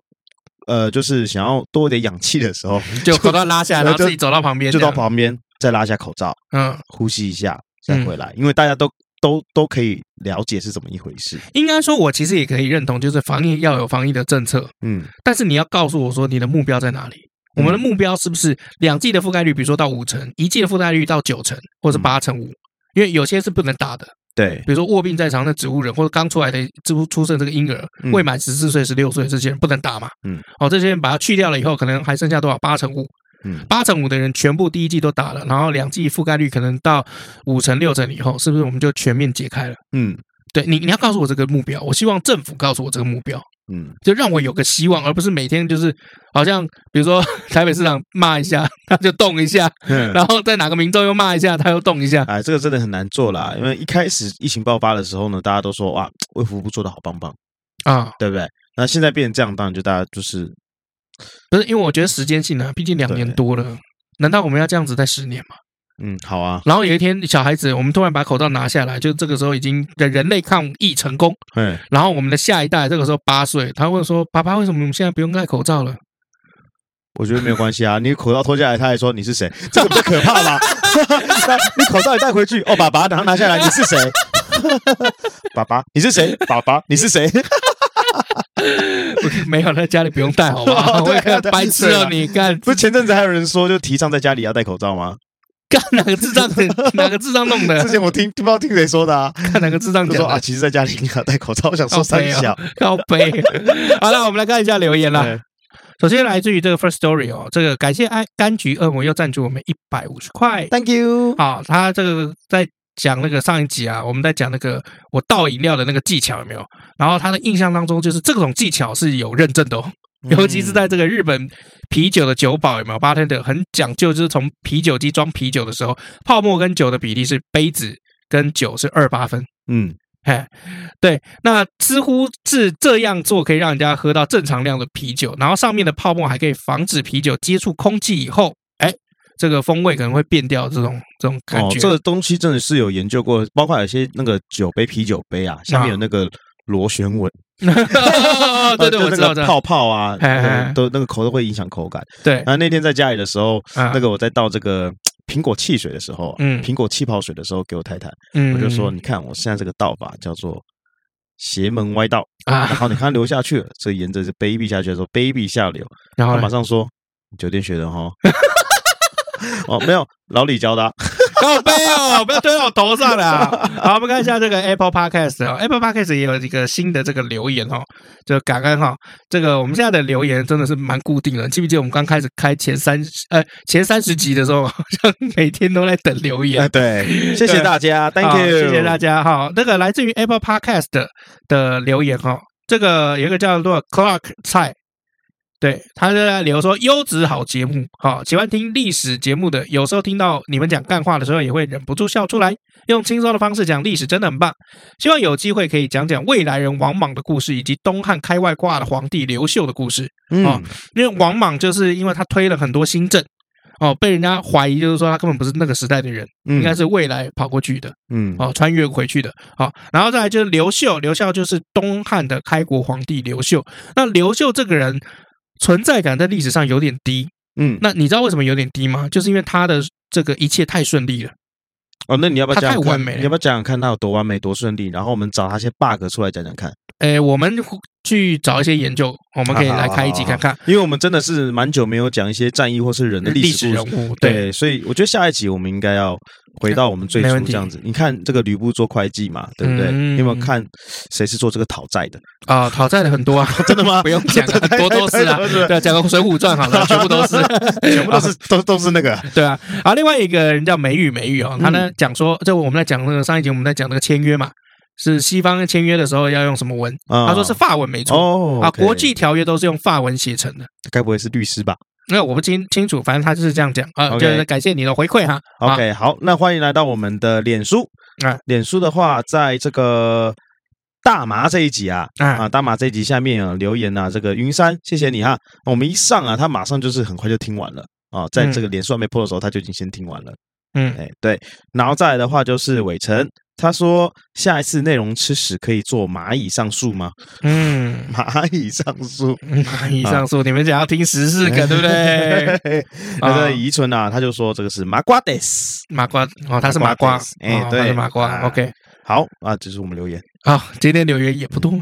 Speaker 2: 呃，就是想要多一点氧气的时候，
Speaker 1: 就口罩拉下来，然后
Speaker 2: 就
Speaker 1: 自己走到旁边，
Speaker 2: 就到，旁边再拉下口罩，
Speaker 1: 嗯，
Speaker 2: 呼吸一下再回来，因为大家都都都可以了解是怎么一回事。
Speaker 1: 应该说，我其实也可以认同，就是防疫要有防疫的政策，
Speaker 2: 嗯
Speaker 1: 但是你要告诉我说你的目标在哪里。我们的目标是不是两剂的覆盖率，比如说到五成，一剂的覆盖率到九成，或
Speaker 2: 嗯
Speaker 1: 是八成五？因为有些是不能打的，
Speaker 2: 对，
Speaker 1: 比如说卧病在床的植物人，或者刚出来的出出生这个婴儿
Speaker 2: 嗯，
Speaker 1: 未满十四岁、十六岁这些人不能打嘛。
Speaker 2: 嗯，
Speaker 1: 哦，这些人把它去掉了以后，可能还剩下多少？八成五。
Speaker 2: 嗯
Speaker 1: 八成五的人全部第一季都打了，然后两季覆盖率可能到五成六成以后，是不是我们就全面解开了？
Speaker 2: 嗯
Speaker 1: 对你，你要告诉我这个目标，我希望政府告诉我这个目标，
Speaker 2: 嗯，
Speaker 1: 就让我有个希望，而不是每天就是好像比如说台北市长骂一下他就动一下， 然后在哪个民众又骂一下他又动一下，
Speaker 2: 嗯哎，这个真的很难做啦，因为一开始疫情爆发的时候呢，大家都说哇，卫福部做的好棒棒，
Speaker 1: 啊，
Speaker 2: 对不对？那现在变成这样，当然就大家就是
Speaker 1: 不是，因为我觉得时间性啊，毕竟两年多了，难道我们要这样子再十年吗？
Speaker 2: 嗯，好啊，
Speaker 1: 然后有一天小孩子，我们突然把口罩拿下来，就这个时候已经人人类抗疫成功，
Speaker 2: 嗯，
Speaker 1: 然后我们的下一代这个时候八岁，他会说：“爸爸，为什么我们现在不用戴口罩了
Speaker 2: 我觉得没有关系啊， 你口罩脱下来，他还说你是谁，这个不就可怕吗？ 那你口罩也带回去，哦，爸爸，然后拿下来，你是谁？ 爸爸，你是谁？爸爸，你是谁？？”
Speaker 1: 没有，在家里不用戴，好不好？
Speaker 2: 对啊
Speaker 1: 我看
Speaker 2: 对啊
Speaker 1: 白痴
Speaker 2: 对
Speaker 1: 哦
Speaker 2: 啊，
Speaker 1: 你 干
Speaker 2: 不是前阵子还有人说，就提倡在家里要戴口罩吗？
Speaker 1: 干哪个智障？ 哪个智障弄
Speaker 2: 之
Speaker 1: 的？
Speaker 2: 前我听不知道听谁说的啊，
Speaker 1: 看哪个智障
Speaker 2: 就
Speaker 1: 讲
Speaker 2: 说啊，
Speaker 1: 的？
Speaker 2: 其实在家里应该要戴口罩，我想说
Speaker 1: 靠
Speaker 2: 三
Speaker 1: 背哦
Speaker 2: 小，
Speaker 1: 靠背。好了，我们来看一下留言啦。
Speaker 2: 对
Speaker 1: 首先来自于这个 First Story 哦，这个感谢柑柑橘恶魔又赞助我们一百五十块。
Speaker 2: 嗯，Thank you，
Speaker 1: 啊，他这个在讲那个上一集啊，我们在讲那个我倒饮料的那个技巧有没有？然后他的印象当中，就是这种技巧是有认证的哦，尤其是在这个日本啤酒的酒保有没有？bartender 很讲究，就是从啤酒机装啤酒的时候，泡沫跟酒的比例是杯子跟酒是二八分。
Speaker 2: 嗯，
Speaker 1: 嘿，对，那似乎是这样做可以让人家喝到正常量的啤酒，然后上面的泡沫还可以防止啤酒接触空气以后，哎，这个风味可能会变掉，这种这种感
Speaker 2: 哦，
Speaker 1: 觉。
Speaker 2: 这个东西真的是有研究过，包括有些那个酒杯、啤酒杯啊，下面有那个螺旋纹，
Speaker 1: 哦对对，
Speaker 2: 呃就
Speaker 1: 我知
Speaker 2: 那
Speaker 1: 道，
Speaker 2: 个
Speaker 1: 知道，
Speaker 2: 泡泡啊，
Speaker 1: 嘿嘿嘿
Speaker 2: 嗯都那个口都会影响口感。
Speaker 1: 对，啊
Speaker 2: 然后那天在家里的时候，那
Speaker 1: 那
Speaker 2: 个我在倒这个苹果汽水的时候，
Speaker 1: 啊
Speaker 2: 啊
Speaker 1: 嗯
Speaker 2: 苹果气泡水的时候，给我太太，
Speaker 1: 嗯
Speaker 2: 我就说，你看我现在这个倒法叫做邪门歪倒，然
Speaker 1: 啊，
Speaker 2: 后你看它流下去了，所以沿着这卑鄙下去的时候，卑鄙下流，
Speaker 1: 然后
Speaker 2: 他
Speaker 1: 呢
Speaker 2: 马上说你酒店学的哈。哦，没有，老李教的啊、
Speaker 1: 靠背哦，不要推到我头上啦。好，我们看一下这个 Apple Podcast 哦，Apple Podcast 也有一个新的这个留言哦，就感恩哈、这个我们现在的留言真的是蛮固定的，记不记得我们刚开始开前三十呃前三十集的时候，好像每天都在等留言
Speaker 2: 哎，。对，谢谢大家，Thank
Speaker 1: 好
Speaker 2: you，
Speaker 1: 谢谢大家哈、那个来自于 Apple Podcast 的的留言哈、这个有一个叫做 Clark 蔡，对，他在留说优质好节目，好、喜欢听历史节目的，有时候听到你们讲干话的时候，也会忍不住笑出来。用轻松的方式讲历史真的很棒，希望有机会可以讲讲未来人王莽的故事，以及东汉开外挂的皇帝刘秀的故事。哦
Speaker 2: 嗯，
Speaker 1: 因为王莽就是因为他推了很多新政，哦，被人家怀疑就是说他根本不是那个时代的人，应
Speaker 2: 应
Speaker 1: 该是未来跑过去的。
Speaker 2: 嗯，
Speaker 1: 哦，穿越回去的。好、然后再来就是刘秀，刘秀就是东汉的开国皇帝刘秀。那刘秀这个人存在感在历史上有点低，
Speaker 2: 嗯，
Speaker 1: 那你知道为什么有点低吗？就是因为他的这个一切太顺利了。
Speaker 2: 哦，那你要不要
Speaker 1: 他
Speaker 2: 讲
Speaker 1: 太
Speaker 2: 讲
Speaker 1: 完
Speaker 2: 看
Speaker 1: 美了
Speaker 2: 你要不要讲讲看他有多完美、多顺利？然后我们找他一些 bug 出来讲讲看。
Speaker 1: 诶，我们去找一些研究，我
Speaker 2: 我
Speaker 1: 们可以来
Speaker 2: 啊
Speaker 1: 开一集看看
Speaker 2: 因为我们真的是蛮久没有讲一些战役或是人的历
Speaker 1: 历史
Speaker 2: 史故
Speaker 1: 人
Speaker 2: 事。
Speaker 1: 物。对，
Speaker 2: 对，所以我觉得下一集我们应该要回到我们最
Speaker 1: 没
Speaker 2: 初
Speaker 1: 问题
Speaker 2: 这样子。你看这个吕布做会计嘛，对不对？
Speaker 1: 嗯
Speaker 2: 你有没有看谁是做这个讨债的？
Speaker 1: 啊，讨债的很多啊，
Speaker 2: 真的吗？
Speaker 1: 不用讲了，多都是啊
Speaker 2: 对对对。
Speaker 1: 对，讲个《水浒传》好了，哎全部都是，
Speaker 2: 全部都是啊都都是那个，
Speaker 1: 对啊，啊，另外一个人叫梅雨梅雨哦，他呢讲说，这我们在讲那个上一集我们在讲那个签约嘛，是西方签约的时候要用什么文？
Speaker 2: 他
Speaker 1: 他说是法文没错
Speaker 2: 啊哦
Speaker 1: 啊，
Speaker 2: OK
Speaker 1: 国际条约都是用法文写成的。
Speaker 2: 该不会是律师吧
Speaker 1: 那我不清清楚，反正他就是这样讲啊，
Speaker 2: OK
Speaker 1: 就是感谢你的回馈哈。啊
Speaker 2: ？OK，好，那欢迎来到我们的脸书
Speaker 1: 哎。
Speaker 2: 脸书的话，在这个大麻这一集啊，
Speaker 1: 啊
Speaker 2: 啊，大马这一集下面啊留言啊，这个云山，谢谢你哈。我们一上啊，他马上就是很快就听完了啊，在这个连还没破的时候，他就已经先听完了。
Speaker 1: 嗯，
Speaker 2: 哎，对，然后再来的话就是伟成，他说下一次内容吃屎可以做蚂蚁上树吗？
Speaker 1: 嗯
Speaker 2: 蚂蚁上 树，
Speaker 1: 嗯，以上述你们想要听十四 个对不对？
Speaker 2: 对？那个宜春啊，他就说这个是麻瓜 des。
Speaker 1: 麻瓜哦，他是麻瓜，
Speaker 2: 哎
Speaker 1: 哦
Speaker 2: 对
Speaker 1: 他是麻瓜。
Speaker 2: 啊
Speaker 1: OK，
Speaker 2: 好啊，这是我们留言。
Speaker 1: 好，今天留言也不多嘛。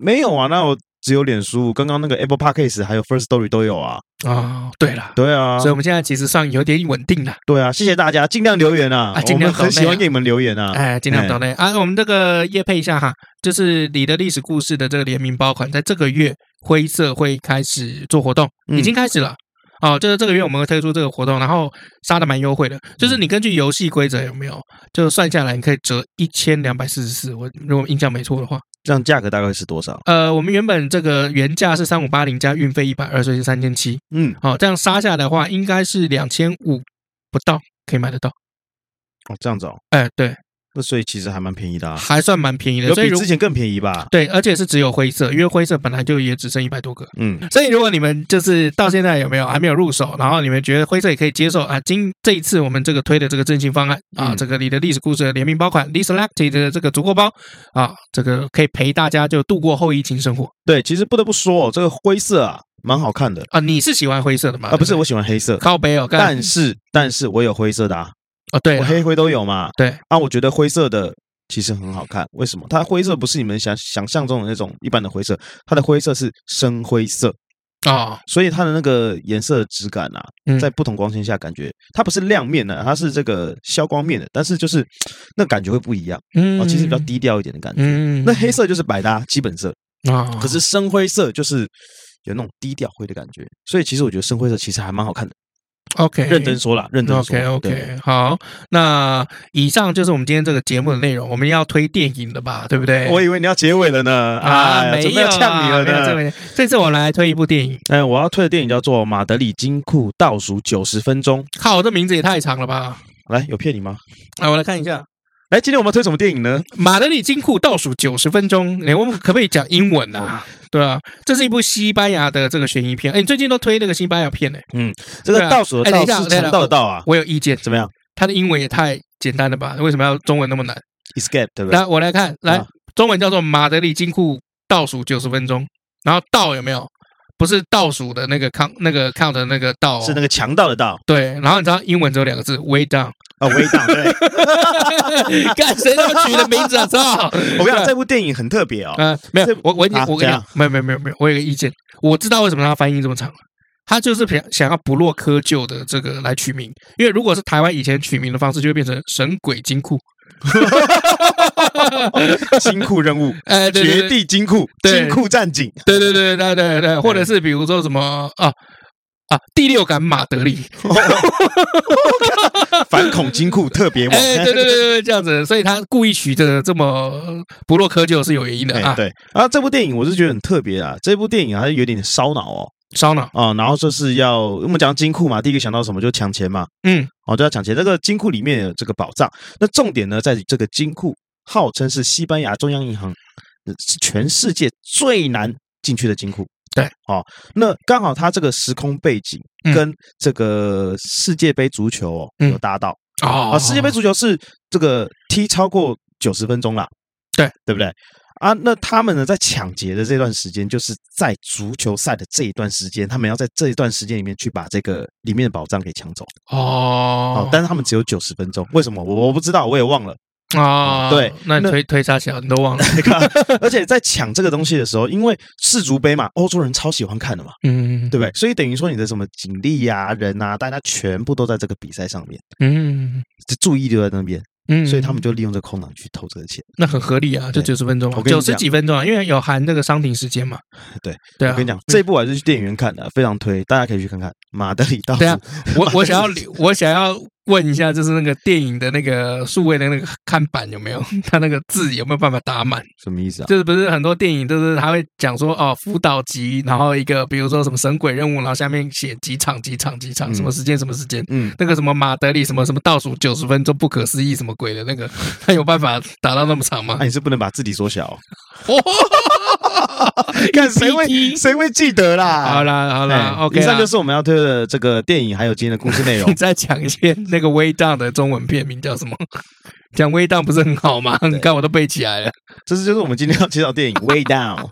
Speaker 2: 没有啊，那我只有脸书，刚刚那个 Apple Podcast 还有 First Story 都有啊。
Speaker 1: 哦，对了，
Speaker 2: 对啊，
Speaker 1: 所以我们现在其实上有点稳定了。
Speaker 2: 对啊，谢谢大家，尽量留言啊，
Speaker 1: 啊尽量
Speaker 2: 我们很
Speaker 1: 抖内啊
Speaker 2: 喜欢给你们留言啊。
Speaker 1: 哎，尽量懂嘞。啊，我们这个叶配一下哈，就是你的历史故事的这个联名包款，在这个月灰色会开始做活动，
Speaker 2: 嗯
Speaker 1: 已经开始了。哦，就是这个月我们会推出这个活动，然后杀的蛮优惠的，
Speaker 2: 嗯
Speaker 1: 就是你根据游戏规则有没有，就算下来你可以折一千两百四十四，我如果印象没错的话，
Speaker 2: 这样价格大概是多少？
Speaker 1: 呃，我们原本这个原价是三五八零加运费一百二，所以是三千七，
Speaker 2: 嗯，
Speaker 1: 哦，这样杀下来的话应该是两千五不到可以买得到，
Speaker 2: 哦，这样子哦，
Speaker 1: 哎，对，
Speaker 2: 那所以其实还蛮便宜的啊，
Speaker 1: 还算蛮便宜的，
Speaker 2: 有
Speaker 1: 哎所以
Speaker 2: 比
Speaker 1: 如啊
Speaker 2: 之前更便宜吧？
Speaker 1: 对，而且是只有灰色，因为灰色本来就也只剩一百多个。
Speaker 2: 嗯，
Speaker 1: 所以，如果你们就是到现在有没有还没有入手，然后你们觉得灰色也可以接受啊，今这一次我们这个推的这个振兴方案啊，
Speaker 2: 嗯
Speaker 1: 这个你的历史故事的联名包款 l e Selected 的这个足够包啊，这个可以陪大家就度过后疫情生活
Speaker 2: 对，其实不得不说、哦，这个灰色啊，蛮好看的
Speaker 1: 啊。你是喜欢灰色的吗？
Speaker 2: 啊，不是
Speaker 1: 对
Speaker 2: 我喜欢黑色
Speaker 1: 对，靠背哦，干
Speaker 2: 但是但是我有灰色的啊，
Speaker 1: 哦，对
Speaker 2: 我
Speaker 1: 啊，
Speaker 2: 黑灰都有嘛。
Speaker 1: 对
Speaker 2: 啊，我觉得灰色的其实很好看，为什么？它灰色不是你们想想象中的那种一般的灰色，它的灰色是深灰色，
Speaker 1: 哦，
Speaker 2: 所以它的那个颜色的质感啊，
Speaker 1: 嗯
Speaker 2: 在不同光线下感觉它不是亮面啊的，它是这个消光面的，但是就是那感觉会不一样啊、
Speaker 1: 嗯
Speaker 2: 其实比较，低调一点的感觉。
Speaker 1: 嗯，
Speaker 2: 那黑色就是百搭基本色，
Speaker 1: 啊，
Speaker 2: 可是深灰色就是有那种低调灰的感觉，所以其实我觉得深灰色其实还蛮好看的。
Speaker 1: OK，
Speaker 2: 认真说啦，认真说。
Speaker 1: OK
Speaker 2: 对
Speaker 1: OK，好，那以上就是我们今天这个节目的内容。我们要推电影了吧，对不对？
Speaker 2: 我以为你要结尾了 呢，
Speaker 1: 啊，
Speaker 2: 哎
Speaker 1: 没
Speaker 2: 准备
Speaker 1: 有
Speaker 2: 要呛你了
Speaker 1: 没有这
Speaker 2: 呢。
Speaker 1: 位，这次我来推一部电影。
Speaker 2: 哎，我要推的电影叫做《马德里金库倒数九十分钟》。
Speaker 1: 靠，这名字也太长了吧！
Speaker 2: 来，有骗你吗？
Speaker 1: 来，我来看一下《
Speaker 2: 哎，今天我们要推什么电影呢？
Speaker 1: 马德里金库》倒数九十分钟。哎，我们可不可以讲英文
Speaker 2: 哦
Speaker 1: 啊？对啊，这是一部西班牙的这个悬疑片。哎，你最近都推那个西班牙片呢？
Speaker 2: 这
Speaker 1: 对
Speaker 2: 个
Speaker 1: 啊
Speaker 2: 倒数的
Speaker 1: 哎等
Speaker 2: 倒
Speaker 1: 一下
Speaker 2: 是肠道的道啊，
Speaker 1: 我有意见，
Speaker 2: 怎么样
Speaker 1: 它的英文也太简单了吧？为什么要中文那么难？
Speaker 2: ？Escape 对不对？
Speaker 1: 来，我来看，来
Speaker 2: 啊，
Speaker 1: 中文叫做《马德里金库倒数九十分钟》，然后倒有没有？不是倒数的那个 count 那个 count 的那个倒哦、
Speaker 2: 是那个强盗的道
Speaker 1: 对，然后你知道英文只有两个字 way down，
Speaker 2: 啊，微档对。
Speaker 1: 干谁他妈取的名字啊？操！
Speaker 2: 我跟你讲，这部电影很特别 哦。
Speaker 1: 呃，没有
Speaker 2: 这，
Speaker 1: 我我已经
Speaker 2: 啊
Speaker 1: 我跟你讲
Speaker 2: 怎样，
Speaker 1: 没有没有没有没有，我有个意见，我知道为什么他翻译这么长了，他就是想想要不落窠臼的这个来取名，因为如果是台湾以前取名的方式，就会变成神鬼金库，
Speaker 2: 金库任务，
Speaker 1: 哎， 对对对
Speaker 2: 绝地金库，
Speaker 1: 对
Speaker 2: 金库 战警，
Speaker 1: 对对对对对对，或者是比如说什么啊啊，第六感马德里，
Speaker 2: 反恐金库特别网。
Speaker 1: 哎，对对对对对，这样子，所以他故意取的这么不落窠臼是有原因的
Speaker 2: 哎
Speaker 1: 啊，
Speaker 2: 对啊，这部电影我是觉得很特别啊，这部电影还是有点烧脑哦
Speaker 1: 烧脑，
Speaker 2: 啊，然后就是要我们讲到金库嘛，第一个想到什么就抢钱嘛，
Speaker 1: 嗯，
Speaker 2: 哦就要抢钱。这个金库里面有这个宝藏，那重点呢在于这个金库号称是西班牙中央银行，呃是全世界最难进去的金库。
Speaker 1: 对，
Speaker 2: 哦，那刚好它这个时空背景
Speaker 1: 嗯
Speaker 2: 跟这个世界杯足球哦
Speaker 1: 嗯
Speaker 2: 有搭到。
Speaker 1: 哦
Speaker 2: 啊，世界杯足球是这个踢超过九十分钟啦，
Speaker 1: 对
Speaker 2: 对不对？啊，那他们呢，在抢劫的这段时间，就是在足球赛的这一段时间，他们要在这一段时间里面去把这个里面的宝藏给抢走。
Speaker 1: 哦嗯
Speaker 2: 哦，，但是他们只有九十分钟，为什么？我我不知道，我也忘了。
Speaker 1: 啊，
Speaker 2: 嗯对
Speaker 1: 那你
Speaker 2: 那
Speaker 1: 推推啥小，你都 忘了，
Speaker 2: 而且在抢这个东西的时候，因为世足杯嘛，欧洲人超喜欢看的嘛，
Speaker 1: 嗯，
Speaker 2: 对不对？所以等于说你的什么警力呀、人啊，大家全部都在这个比赛上面，
Speaker 1: 嗯
Speaker 2: 注意力都在那边，
Speaker 1: 嗯，
Speaker 2: 所以他们就利用这个空档去偷这个钱。
Speaker 1: 那很合理啊，就
Speaker 2: 对
Speaker 1: 九十分钟嘛
Speaker 2: 我，跟
Speaker 1: 九
Speaker 2: 你
Speaker 1: 十
Speaker 2: 讲
Speaker 1: 几分钟啊，因为有含那个商品时间嘛，
Speaker 2: 对
Speaker 1: 对啊，
Speaker 2: 我跟你讲，这部我还是去电影院看的，非常推，大家可以去看看《马德里倒数
Speaker 1: 对啊》。 我我想要
Speaker 2: 马德里
Speaker 1: 我想要问一下，就是那个电影的那个数位的那个看板有没 有，它那个字有没有办法打满？
Speaker 2: 什么意思啊？
Speaker 1: 就是不是很多电影都是他会讲说哦辅导级，然后一个比如说什么神鬼任务，然后下面写几场几场几场
Speaker 2: 嗯
Speaker 1: 什么时间什么时间。
Speaker 2: 嗯，
Speaker 1: 那个什么马德里什么什么倒数九十分钟不可思议什么鬼的那个， 他有办法打到那么长 吗
Speaker 2: 那、？你是不能把字体缩小、 哦，
Speaker 1: 看
Speaker 2: 哎谁 会谁会记得啦？
Speaker 1: 好啦好啦
Speaker 2: 哎
Speaker 1: ，OK
Speaker 2: 以上
Speaker 1: 啦
Speaker 2: 就。是我们要推的这个电影，还有今天的故事内容
Speaker 1: 你。再讲一些那个微档的中文片名叫什么？ 讲微档不是很好吗？你看我都背起来了。
Speaker 2: 这是就是我们今天要介绍电影《Way Down》。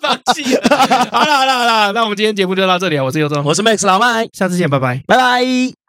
Speaker 1: 放弃 了。好了好了好了，那我们今天节目就到这里啊！我是尤忠，
Speaker 2: 我是 Max 老麦，
Speaker 1: 下次见，拜拜。
Speaker 2: 拜拜。